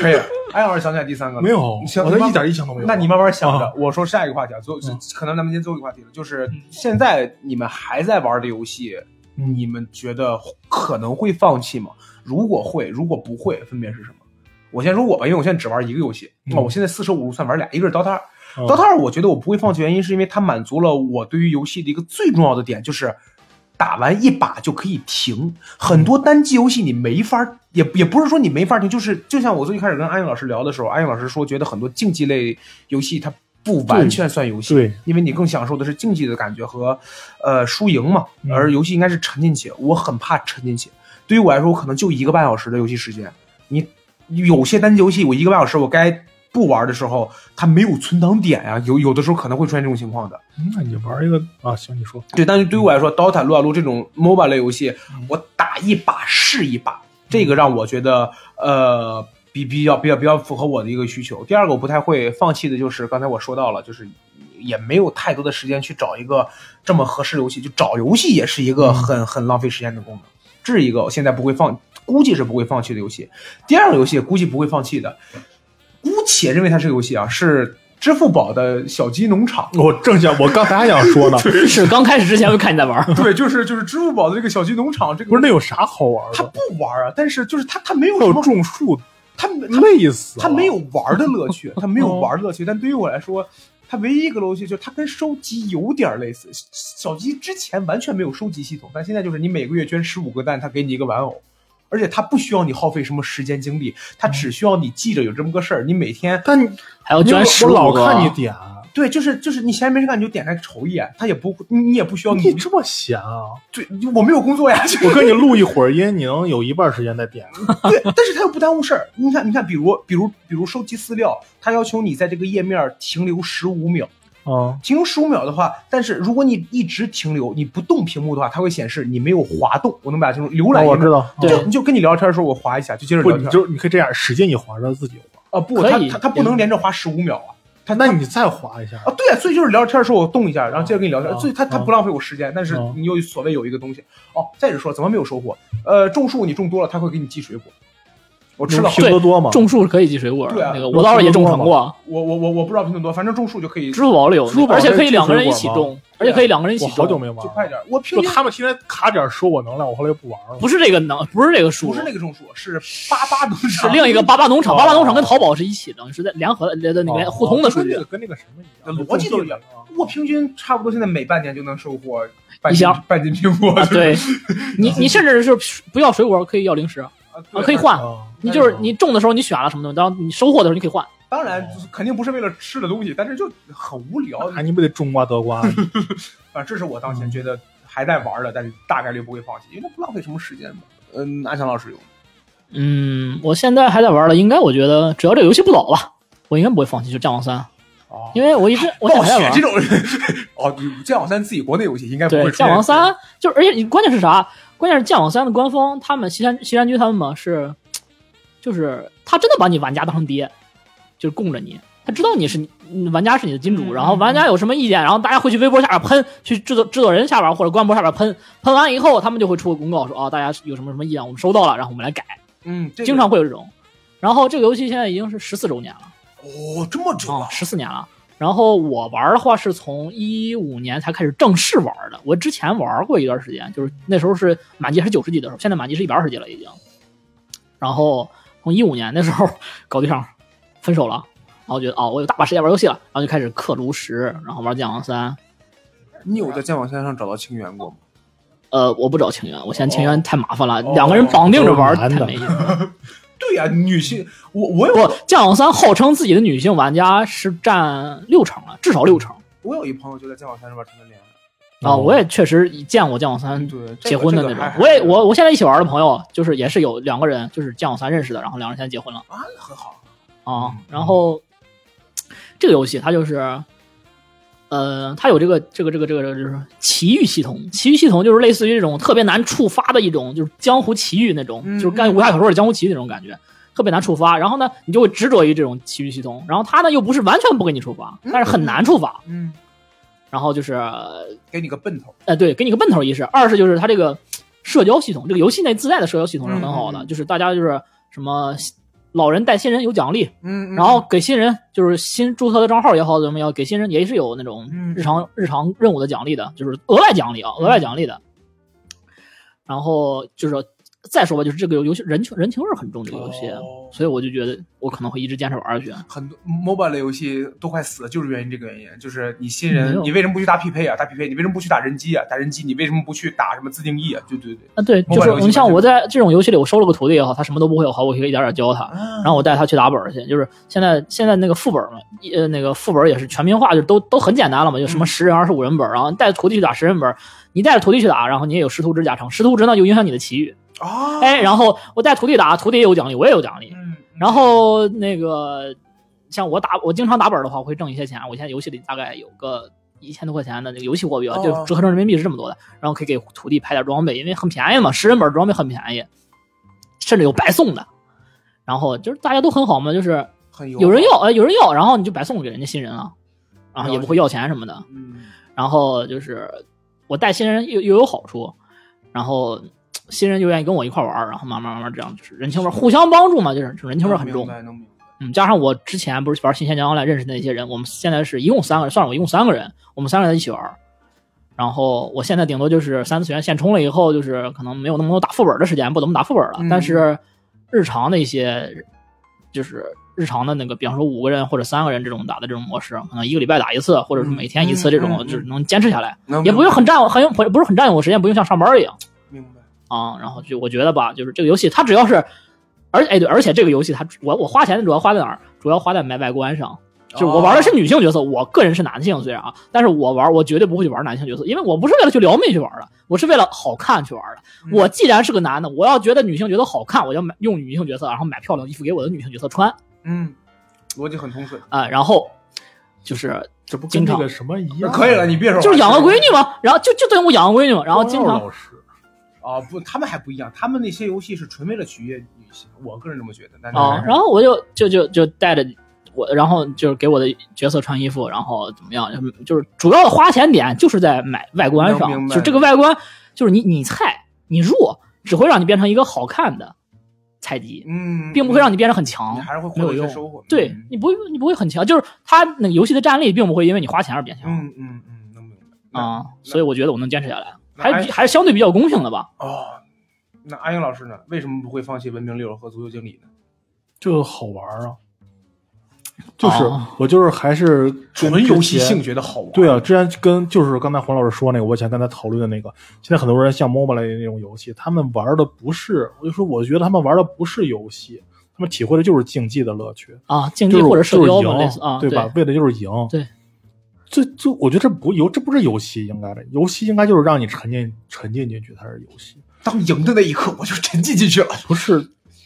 B: 可以 (laughs) 了。哎，老师想起来第三个了
A: 没有，
B: 行
A: 我的一点印象都没有。
B: 那你慢慢想着
A: 啊，
B: 我说下一个话题啊，最后
A: 嗯
B: 可能咱们今天最后一个话题了，就是
C: 嗯
B: 现在你们还在玩的游戏，
A: 嗯
B: 你们觉得可能会放弃吗？如果会，如果不会，分别是什么？我先说我吧，因为我现在只玩一个游戏，
A: 嗯
B: 那我现在四舍五入算玩俩，一个是 DOTA 二。
A: 嗯
B: DOTA 二我觉得我不会放弃，原因是因为它满足了我对于游戏的一个最重要的点，就是打完一把就可以停。很多单机游戏你没法儿，也也不是说你没法儿停，就是就像我最开始跟安颖老师聊的时候，安颖老师说觉得很多竞技类游戏它不完全算游戏，
A: 对对
B: 因为你更享受的是竞技的感觉和呃输赢嘛，
A: 嗯
B: 而游戏应该是沉进去，我很怕沉进去。对于我来说，我可能就一个半小时的游戏时间，你有些单机游戏，我一个半小时我该不玩的时候，它没有存档点呀、有有的时候可能会出现这种情况的。
A: 嗯那你玩一个啊？行，你说
B: 对，但是对于我来说，《DOTA》《撸啊撸》这种 MOBA 类游戏，我打一把是一把，这个让我觉得呃比比较比较比较符合我的一个需求。第二个我不太会放弃的就是刚才我说到了，就是也没有太多的时间去找一个这么合适的游戏，就找游戏也是一个很、很浪费时间的功能。这是一个我现在不会放，估计是不会放弃的游戏。第二个游戏估计不会放弃的，姑且认为它是个游戏啊，是支付宝的《小鸡农场》。
A: 我正想，我刚才还想说呢，
C: 是刚开始之前会看你在玩，
B: (laughs) 对，就是就是支付宝的这个小鸡农场，这个
A: 不是那有啥好玩
B: 他
A: 的？
B: 不玩啊，但是就是他他没有
A: 还
B: 什
A: 有
B: 么，
A: 种树，
B: 他没他
A: 累死了哦
B: 他没有玩的乐趣，他没有玩的乐趣。但对于我来说，他唯一一个乐趣就是他跟收集有点类似。小鸡之前完全没有收集系统，但现在就是你每个月捐十五个蛋，他给你一个玩偶。而且他不需要你耗费什么时间精力，
A: 嗯
B: 他只需要你记着有这么个事儿。你每天
A: 但
C: 还要
A: 因为
C: 捐
A: 我
C: 十
A: 我
C: 五
A: 老看你
C: 个。
A: 点，
B: 对，就是就是你闲没事干你就点开瞅一眼，他也不你你也不需要
A: 你
B: 你
A: 这么闲啊？
B: 对，我没有工作呀，就是
A: 我跟你录一会儿音，你能有一半时间在点。
B: (laughs) 对，但是他又不耽误事儿。你看，你看，比如，比如，比如收集资料，他要求你在这个页面停留十五秒，
A: 啊，
B: 停留十五秒的话，但是如果你一直停留，你不动屏幕的话，它会显示你没有滑动。我能表达清楚，浏览
A: 哦我
B: 页面
A: 知。道，
C: 对
B: 就你就跟你聊天的时候，我滑一下，就接着
A: 不，
B: 聊
A: 你
B: 天。
A: 就你可以这样，使劲一滑让自己滑。
B: 啊不，
C: 可
B: 它
C: 以
B: 它它不能连着滑十五秒啊。
A: 他那你再滑一下
B: 啊，对啊，所以就是聊天的时候我动一下，然后接着跟你聊天，
A: 啊
B: 所以它它
A: 啊
B: 不浪费我时间，但是
A: 啊
B: 你又所谓有一个东西哦。再者说，怎么没有收获？呃，种树你种多了，它会给你寄水果。我吃了
A: 拼多多嘛，
C: 种树是可以寄水果的，
B: 对啊
C: 那个我倒是也种成过，
B: 我我我我不知道拼多多，反正种树就可以
C: 支付宝里有
A: 支付，宝
C: 而且
A: 可以
C: 可以
A: 寄
C: 两个
A: 水
C: 人一
A: 果
C: 起
A: 吗
C: 种，而且可以两个人一起
A: 我
C: 种。
A: 好久没玩
B: 就
A: 了。
B: 快点儿。我平
A: 就
B: 时
A: 他们天天卡点说我能量，我后来又不玩了。
C: 不是这个能，不是这个树，
B: 不是那个种树，是巴巴农
C: 是
B: 场，
C: 另一个八八农场，
A: 哦
C: 八八农场跟淘宝是一起的，是在联合的那边互通的数
A: 跟那
C: 据
A: 个。跟那个什么一样，
B: 逻辑都一样。我平均差不多现在每半年就能收获半
C: 一
B: 斤
C: 箱
B: 半斤苹果，
C: 啊，对，你你甚至是不要水果，可以要零食，啊
B: 啊对
C: 可以换。
A: 啊。
C: 你就是你种的时候你选了什么东西，然后你收获的时候你可以换。
B: 当然就是肯定不是为了吃的东西，但是就很无聊。
C: 啊
A: 哎，你不得种瓜得瓜？
B: 反正这是我当
C: 嗯
B: 前觉得还在玩的，但是大概率不会放弃，因为它不浪费什么时间嘛。嗯，安强老师有
C: 嗯，我现在还在玩了，应该我觉得只要这个游戏不倒吧，我应该不会放弃，就《战王三》，
B: 哦
C: 因为我
B: (laughs)
C: 一直我现
B: 暴
C: 在还在
B: 雪
C: 玩
B: 这。种哦，你剑网三自己国内游戏应该不会
C: 对，
B: 出
C: 《
B: 现
C: 剑网三》就是，而且你关键是啥？关键是《剑网三》的官方，他们西山西山居他们嘛是，就是他真的把你玩家当成爹，就是供着你。他知道你是嗯玩家是你的金主，
B: 嗯
C: 然后玩家有什么意见，然后大家会去微博下边喷，去制作制作人下边或者官博下边喷，喷完以后他们就会出个公告说啊、大家有什么什么意见，我们收到了，然后我们来改，
B: 嗯，这个
C: 经常会有这种。然后这个游戏现在已经是十四周年了。
B: 哦这么准
C: 啊，十四年了。然后我玩的话是从一五年才开始正式玩的，我之前玩过一段时间，就是那时候是满级还是九十级的时候，现在满级是一百二十级了已经。然后从一五年那时候搞对象，分手了，然后觉得哦，我有大把时间玩游戏了，然后就开始氪炉石，然后玩剑王三。
B: 你有在剑网三上找到清源过吗？
C: 呃，我不找情缘，我嫌情缘太麻烦了，
B: 哦
C: 两个人绑定着玩
A: 都是
C: 太
A: 男的
C: 没意思了。
B: 对呀、女性，我我有
C: 不，剑王三号称自己的女性玩家是占六成了，至少六成。
B: 我有一朋友就在剑网三上面谈的恋爱，
C: 啊，我也确实见过酱网三
B: 哦对这个
C: 嗯结婚的
B: 这个
C: 那种
B: 还。还
C: 我也我我现在一起玩的朋友，就是也是有两个人，就是酱网三认识的，然后两人现在结婚了
B: 啊，那很好，
C: 啊
B: 嗯。
C: 然后这个游戏它就是，呃，它有这个这个这个这个这个就是奇遇系统，奇遇系统就是类似于这种特别难触发的一种，就是江湖奇遇那种，
B: 嗯
C: 就是干武侠小说的江湖奇遇那种感觉。特别难触发，然后呢，你就会执着于这种奇遇系统，然后它呢又不是完全不给你触发，但是很难触发，
B: 嗯，
C: 然后就是
B: 给你个奔头，
C: 哎，对，给你个奔头一是，二是就是它这个社交系统，这个游戏内自带的社交系统是很好的，
B: 嗯嗯嗯
C: 就是大家就是什么老人带新人有奖励，
B: 嗯，
C: 然后给新人就是新注册的账号也好怎么样，给新人也是有那种
B: 嗯
C: 日常日常任务的奖励的，就是额外奖励啊，额外奖励的。然后就是再说吧，就是这个游游戏人情人情味儿很重，这个游戏，
B: 哦
C: 所以我就觉得我可能会一直坚持玩下去。
B: 很多 MOBA 类游戏都快死了，就是源于这个原因，就是你新
C: 没
B: 人
C: 有，
B: 你为什么不去打匹配啊？打匹配，你为什么不去打人机啊？打人机，你为什么不去打什么自定义啊？对对对，
C: 啊，对，
B: MOBA
C: 就是
B: 游戏
C: 你像
B: 本身
C: 我在这种游戏里，我收了个徒弟也好，他什么都不会也好，我可以一点点教他。
B: 然
C: 然后我带他去打本儿去，就是现在现在那个副本嘛，一呃，那个副本也是全民化，就都都很简单了嘛，就什么十人、二十五人本儿，然后带着徒弟去打十人本儿，你带着徒弟去打，然后你也有师徒制加成，师徒制呢就影响你的奇遇，
B: 啊，
C: 哎，然后我带徒弟打，徒弟也有奖励，我也有奖励，
B: 嗯，
C: 然后那个像我打我经常打本儿的话，我会挣一些钱，我现在游戏里大概有个。一千多块钱的那个游戏货币吧，
B: 哦
C: 就折合成人民币是这么多的，然后可以给徒弟拍点装备，因为很便宜嘛，十人本儿装备很便宜，甚至有白送的。然后就是大家都很好嘛，就是
B: 很友好
C: 有人要，呃，有人要，然后你就白送给人家新人了，然后也不会要钱什么的。
B: 嗯
C: 然后就是我带新人又又有好处，然后嘖新人就愿意跟我一块玩儿，然后慢慢慢慢这样，就是人情味儿互相帮助嘛，就是就是人情味儿很
B: 能
C: 重
B: 明。白能明白
C: 嗯，加上我之前不是玩新鲜江来认识的那些人，我们现在是一共三个，算是我一共三个人，我们三个人一起玩儿。然后我现在顶多就是三次元现充了以后，就是可能没有那么多打副本的时间，不怎么打副本了。
B: 嗯
C: 但是日常的一些，就是日常的那个，比方说五个人或者三个人这种打的这种模式，可能一个礼拜打一次，或者是每天一次这种，
B: 嗯嗯嗯
C: 就是能坚持下来，
B: 能
C: 也不
B: 明
C: 用很占我很用不不是很占用我时间，不用像上班一样。
B: 明白，
C: 啊、然后就我觉得吧，就是这个游戏它只要是，而哎对，而且这个游戏它我我花钱主要花在哪儿？主要花在买外观上。就是我玩的是女性角色，我个人是男性，虽然啊，但是我玩我绝对不会去玩男性角色，因为我不是为了去撩妹去玩的，我是为了好看去玩的。
B: 嗯
C: 我既然是个男的，我要觉得女性角色好看，我就买用女性角色，然后买漂亮的衣服给我的女性角色穿
B: 嗯，逻辑很通顺，
C: 啊、然后就是
A: 这不跟
C: 经
A: 那
C: 常
A: 个什么一样？
B: 可以了，你别说了，
C: 就是养个闺女嘛，然后就就等于我养个闺女嘛，然后经
A: 高
C: 常
A: 耀老师
B: 啊，不，他们还不一样，他们那些游戏是纯为了取悦女性，我个人这么觉得。但是
C: 啊，然后我就就就就带着我，然后就是给我的角色穿衣服，然后怎么样，就是就是主要的花钱点就是在买外观
B: 能
C: 上，
B: 明白
C: 就这个外观就是你你菜你弱，只会让你变成一个好看的菜鸡，
B: 嗯，
C: 并不会让你变得很强
B: 你，还是会
C: 没有
B: 获得一
C: 用
B: 些。收获。
C: 对
B: 嗯
C: 你不会你不会很强，就是它那个游戏的战力并不会因为你花钱而变强
B: 嗯嗯嗯，能明白那
C: 啊，
B: 那
C: 所以我觉得我能坚持下来，
B: 那
C: 还
B: 还
C: 是比还是相对比较公平的吧。
B: 哦，那阿英老师呢？为什么不会放弃文明六和足球经理呢？
A: 就好玩啊，就是
C: 哦
A: 我就是还是跟
B: 纯游
A: 之
B: 戏
A: 前
B: 性觉得好玩。
A: 对啊，之前跟就是刚才黄老师说那个，我以前跟他讨论的那个，现在很多人像 MOBA 类的那种游戏，他们玩的不是，我就说我觉得他们玩的不是游戏，他们体会的就是竞技的乐趣，
C: 啊，竞
A: 就
C: 技
A: 是
C: 或者社交
A: 就
C: 嘛，
A: 是
C: 类
A: 赢
C: 似啊，
A: 对吧？为的就是赢。
C: 对，
A: 这这我觉得这不游这不是游戏应该的，游戏应该就是让你沉浸沉浸进去才是游戏，
B: 当赢的那一刻，我就沉浸进去了。 (laughs)
A: 不是。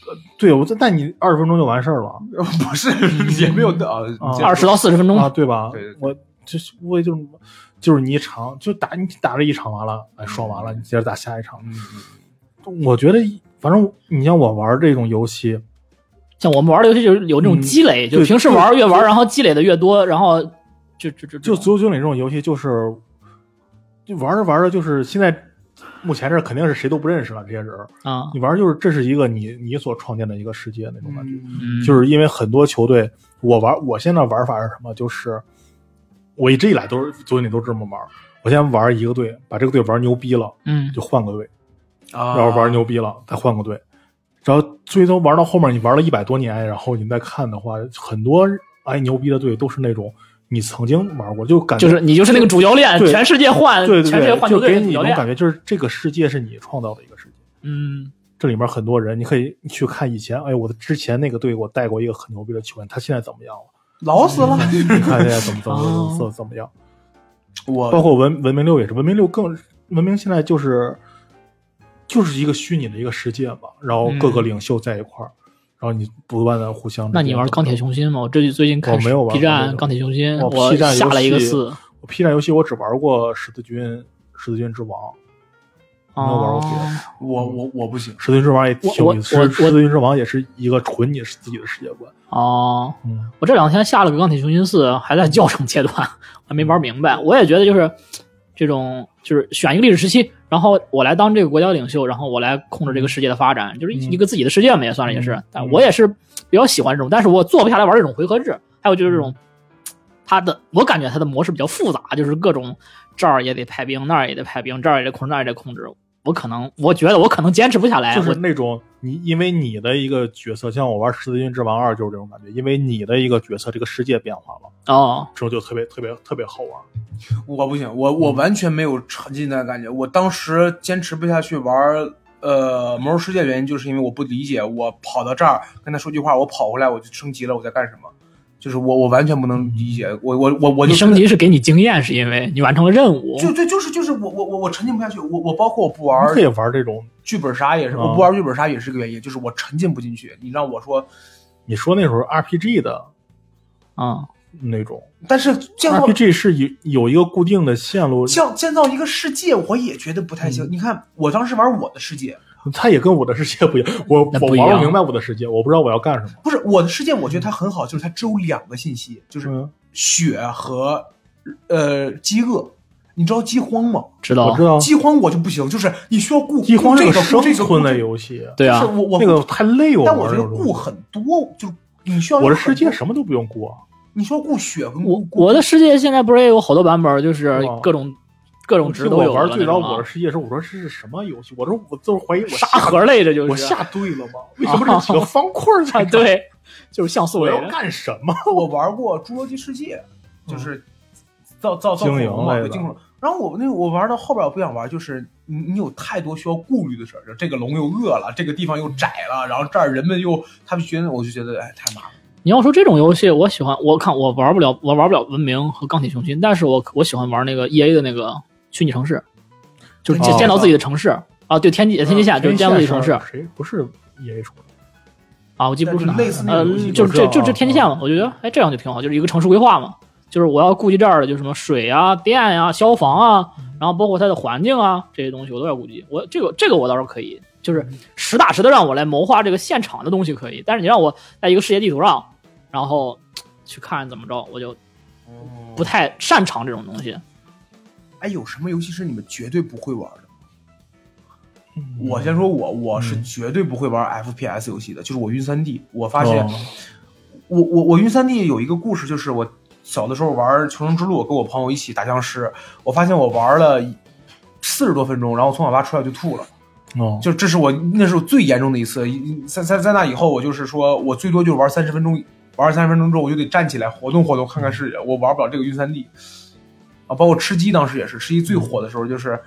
A: 呃对，我这但你二十分钟就完事儿了，
B: 不是，
C: 嗯
B: 也没有的啊
A: 啊，
B: 接着
C: 二十到四十分钟
A: 啊，对吧？
B: 对对对
A: 我就是我就是就是你一场就打你打了一场完了，哎，说完了，你接着打下一场。
B: 嗯
A: 我觉得，反正你像我玩这种游戏，
C: 像我们玩的游戏就是有那种积累，
A: 嗯
C: 就
A: 对
C: 平时玩越玩，然后积累的越多，然后就就就
A: 就足球经理这种游戏，就是就玩着玩着，就是现在目前这肯定是谁都不认识了这些人儿。
C: 啊，
A: 你玩儿就是这是一个你你所创建的一个世界那种感觉。
B: 嗯
C: 嗯
A: 就是因为很多球队，我玩我现在玩法是什么？就是我一直以来都是足球经理都这么玩儿。我先玩一个队，把这个队玩牛逼了，
C: 嗯
A: 就换个队。
B: 啊，
A: 然后玩牛逼了，再换个队，然后最终玩到后面，你玩了一百多年，然后你再看的话，很多哎牛逼的队都是那种你曾经玩过，就感觉
C: 就是你就是那个主教练，
A: 对
C: 全世界换，
A: 对对
C: 全世界
A: 对，
C: 换
A: 就
C: 球队
A: 给
C: 的
A: 你
C: 主
A: 一
C: 教
A: 种
C: 练，
A: 感觉，就是这个世界是你创造的一个世界。
C: 嗯
A: 这里面很多人，你可以去看以前，哎，我的之前那个队给我带过一个很牛逼的球员，他现在怎么样了？
C: 嗯
B: 老死了。
C: 哦
A: 你看现在怎么怎么怎么怎么怎么样？
B: (laughs) 我
A: 包括文文明六也是，文明六更文明现在就是就是一个虚拟的一个世界嘛，然后各个领袖在一块儿，然后你不断的互相。
C: 嗯那你玩钢铁？雄心吗？我最近最近看
A: 我没有玩过
C: B
A: 这
C: 站
A: 个
C: 钢铁雄心，
A: 我
C: 我
A: P 站游戏
C: 下了一个四，
A: 我 P 站游戏我只玩过十字军、十字军之王，没有玩过别的
C: 哦
B: 我我我不行，
A: 十字军之王也挺有
C: 我
A: 意思，
C: 我我
A: 十十字军之王也是一个纯你自己的世界观。
C: 哦，
A: 嗯，
C: 我这两天下了个钢铁雄心四，还在教程阶段，我还没玩明白。我也觉得就是这种，就是选一个历史时期，然后我来当这个国家领袖，然后我来控制这个世界的发展，就是一个自己的世界嘛，也算是也是。但我也是比较喜欢这种，但是我做不下来玩这种回合制。还有就是这种，它的我感觉它的模式比较复杂，就是各种这儿也得派兵，那儿也得派兵，这儿也得控制，那儿也得控制。我可能我觉得我可能坚持不下来，
A: 嗯就是
C: 哎我
A: 那种你因为你的一个角色，像我玩十字军之王二就是这种感觉，因为你的一个角色，这个世界变化了，
C: 哦，
A: 之后就特别特别特别好玩。
B: 我不行，我我完全没有沉浸的感觉。我当时坚持不下去玩儿呃《魔兽世界》，原因就是因为我不理解，我跑到这儿跟他说句话，我跑回来我就升级了，我在干什么？就是我我完全不能理解，我我我我就
C: 你升级是给你经验，是因为你完成了任务。
B: 就就就是就是我我我我沉浸不下去，我我包括我不玩儿
A: 你可以玩这种，
B: 剧本杀也是，
A: 嗯
C: 啊
B: 我不玩剧本杀也是个原因，就是我沉浸不进去。你让我说，
A: 你说那时候 RPG 的
C: 嗯，
A: 那种
B: 但是建造
A: ，RPG 是有有一个固定的线路，
B: 建建造一个世界，我也觉得不太
C: 嗯
B: 行。你看我当时玩我的世界，
A: 它也跟我的世界不一
B: (laughs)
A: 样。我
C: 那
A: 我
C: 不一
A: 玩
C: 样
A: 不明白我的世界，我不知道我要干什么。
B: 不是我的世界，我觉得它很好，就是它只有两个信息，就是
A: 嗯，
B: 血和呃饥饿。你知道饥荒吗？
C: 知道，
A: 我知道
B: 饥荒我就不行，就是你需要顾
A: 饥荒
B: 这
A: 是
B: 个
A: 生
B: 顾这个
A: 存的
B: 顾这个
A: 游戏，
C: 对啊
B: 就是，我我
A: 那个太累我
B: 但
A: 玩
B: 我觉
A: 这
B: 得
A: 种东
B: 顾
A: 西。
B: 很多，就是你需要
A: 我的
B: 有很
A: 世界
B: 多
A: 什么都不用顾啊，
B: 你需要顾血跟顾
C: 我我的世界现在不是也有好多版本，就是
A: 哦
C: 各种各种值都
A: 我
C: 有了
A: 玩最
C: 那
A: 早
C: 种啊
A: 我的世界的时候，我说这是什么游戏？我都我都怀疑我
C: 沙
A: 下
C: 盒类，这就是
B: 啊
A: 我下对了吗？为什么这几个方块儿 (laughs)
C: 啊
A: 在这儿？
C: 对，就是像素
A: 我
C: 类
A: 要
C: 的。
A: 干什么？
B: (laughs) 我玩过《嗯侏罗纪世界》，就是造造造
A: 经
B: 恐
A: 营
B: 龙嘛，
A: 类
B: 对
A: 的
B: 惊恐龙。然后我那我玩到后边我不想玩，就是你你有太多需要顾虑的事儿，就这个龙又饿了，这个地方又窄了，然后这儿人们又他们觉得我就觉得哎太麻烦了。
C: 你要说这种游戏，我喜欢，我看我玩不了，我玩不了文明和钢铁雄心，但是我我喜欢玩那个 E A 的那个虚拟城市，就是建
A: 哦嗯
C: 建造自己的城市啊，对，天际天际下就是建造自己城市
A: 上谁不是 E EA 出的？
C: 啊，我记不住是哪
B: 但
C: 个
B: 是类似
C: 了，
B: 那
C: 呃
B: 种游戏，
C: 就
A: 我
C: 是
A: 知道
C: 这就这天际下
B: 啊
C: 嘛，我就觉得哎这样就挺好，就是一个城市规划嘛，就是我要顾及这儿的，就是什么水啊、电呀、消防啊，然后包括它的环境啊这些东西我都要顾及。我这个这个我倒是可以，就是
B: 嗯
C: 实打实的让我来谋划这个现场的东西可以，但是你让我在一个世界地图上，然后去看怎么着，我就
B: 嗯
C: 不太擅长这种东西。
B: 哎，有什么游戏是你们绝对不会玩的？
A: 嗯
B: 我先说我，我是绝对不会玩 FPS 游戏的，就是我晕三 D。我发现
A: 哦
B: 我我我晕三 D 有一个故事，就是我小的时候玩《求生之路》，我跟我朋友一起打僵尸，我发现我玩了四十多分钟，然后从网吧出来就吐了。
A: 哦，
B: 就这是我那是我最严重的一次，一在在在那以后，我就是说我最多就玩三十分钟，玩三十分钟之后我就得站起来活动活动，看看世界，我玩不了这个晕三 D 啊。包括吃鸡当时也是，吃鸡最火的时候就是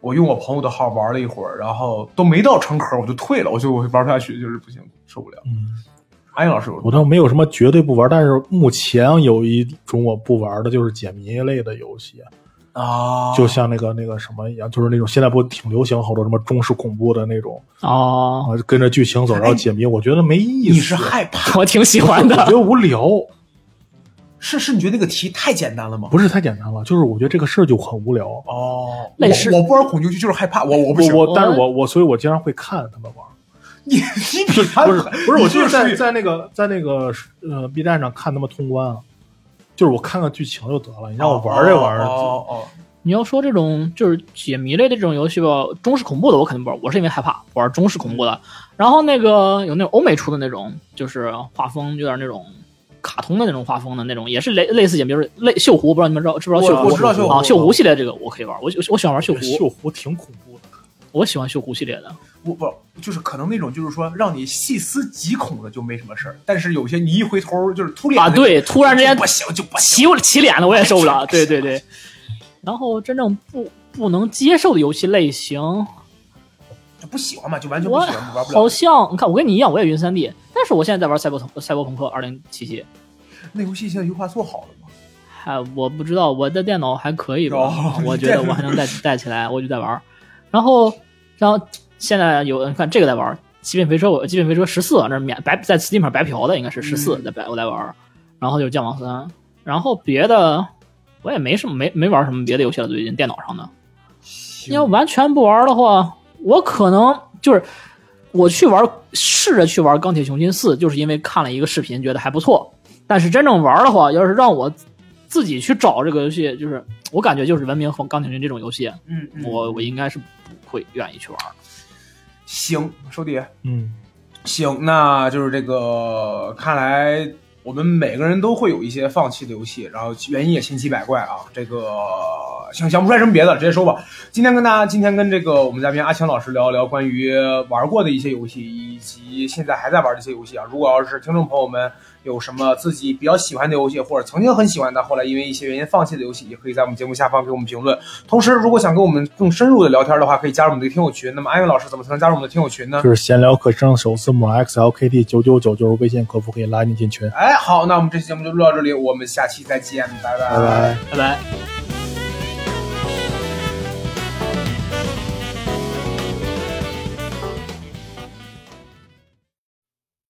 B: 我用我朋友的号玩了一会儿，然后都没到城壳我就退了，我就玩不下去，就是不行，受不了。
A: 嗯
B: 安逸老师有什
A: 我
B: 么？
A: 倒没有什么绝对不玩，但是目前有一种我不玩的就是解谜类的游戏，
B: 啊，
A: 就像那个那个什么一样，就是那种现在不挺流行好多什么中式恐怖的那种
C: 哦， (laughs)
A: 啊，跟着剧情走，然后解谜，我觉得没意思。
B: 你是害怕，
C: 我挺喜欢
A: 我觉
C: 的。
A: 得无聊，
B: 是是你觉得那个题太简单了吗？
A: 不是太简单了，就是我觉得这个事儿就很无聊。
B: 哦，
C: 类似
B: 我我不玩恐惧剧就是害怕，我我不行，
A: 我
C: 我
A: 我，但是我我，所以我经常会看他们玩。
B: 你你比他
A: 不是不是，我
B: 你就
A: 就是在在那个在那个呃 B 站上看他们通关啊，就是我看看剧情就得了。你让我玩这玩意儿，
B: 哦哦哦
C: 你要说这种就是解谜类的这种游戏吧，中式恐怖的我肯定不玩，我是因为害怕玩中式恐怖的。然后那个有那种欧美出的那种，就是画风有点那种卡通的那种画风的那种，也是类类似解谜，就是类锈湖，不知道你们知道知不知
B: 我
C: 道锈湖？
B: 我知道
A: 锈湖
C: 啊，锈湖系列这个我可以玩，我我喜欢玩锈湖，
A: 锈湖挺恐怖的。
C: 我喜欢锈湖系列的。
B: 不不，就是可能那种就是说让你细思极恐的就没什么事儿，但是有些你一回头就是突脸
C: 啊对突然之间
B: 就不行就不行
C: 洗我洗脸的我也受不了。对对对。然后真正不不能接受的游戏类型，
B: 就不喜欢嘛，就完全不
C: 我
B: 喜欢玩不
C: 好
B: 了。
C: 像你看我跟你一样，我也云三 D，但是我现在在玩赛博朋赛博朋克二零七七。
B: 那游戏现在优化做好了吗？
C: 还我不知道我的电脑还可以吧，
B: 哦
C: 我觉
B: (laughs)
C: 得我还能带带起来，我就在玩儿。然后，然后现在有你看这个在玩儿《极品飞车》，我《极品飞车十四》啊那是免白在 Steam 上白嫖的，应
B: 嗯
C: 该是十四、在白我在玩儿。然后就是《剑网三》，然后别的我也没什么没没玩什么别的游戏了，最近电脑上的。
B: 行
C: 要完全不玩的话，我可能就是我去玩，试着去玩《钢铁雄心四》，就是因为看了一个视频，觉得还不错。但是真正玩的话，要是让我自己去找这个游戏，就是我感觉就是《文明和钢铁雄心》这种游戏，
B: 嗯，嗯
C: 我我应该是不会愿意去玩的。
B: 行，收底。
A: 嗯，
B: 行，那就是这个，看来我们每个人都会有一些放弃的游戏，然后原因也千奇百怪啊。这个想想不出来什么别的，直接说吧。今天跟大家，今天跟这个我们嘉宾阿强老师聊一聊关于玩过的一些游戏，以及现在还在玩的一些游戏啊。如果要是听众朋友们有什么自己比较喜欢的游戏，或者曾经很喜欢但后来因为一些原因放弃的游戏，也可以在我们节目下方给我们评论。同时，如果想跟我们更深入的聊天的话，可以加入我们的听友群。那么，安云老师怎么才能加入我们的听友群呢？
A: 就是闲聊可称首字母 XLKT 九九九，就是微信客服可以拉你进群。
B: 哎，好，那我们这期节目就录到这里，我们下期再见，拜拜
A: 拜拜。
C: 拜拜。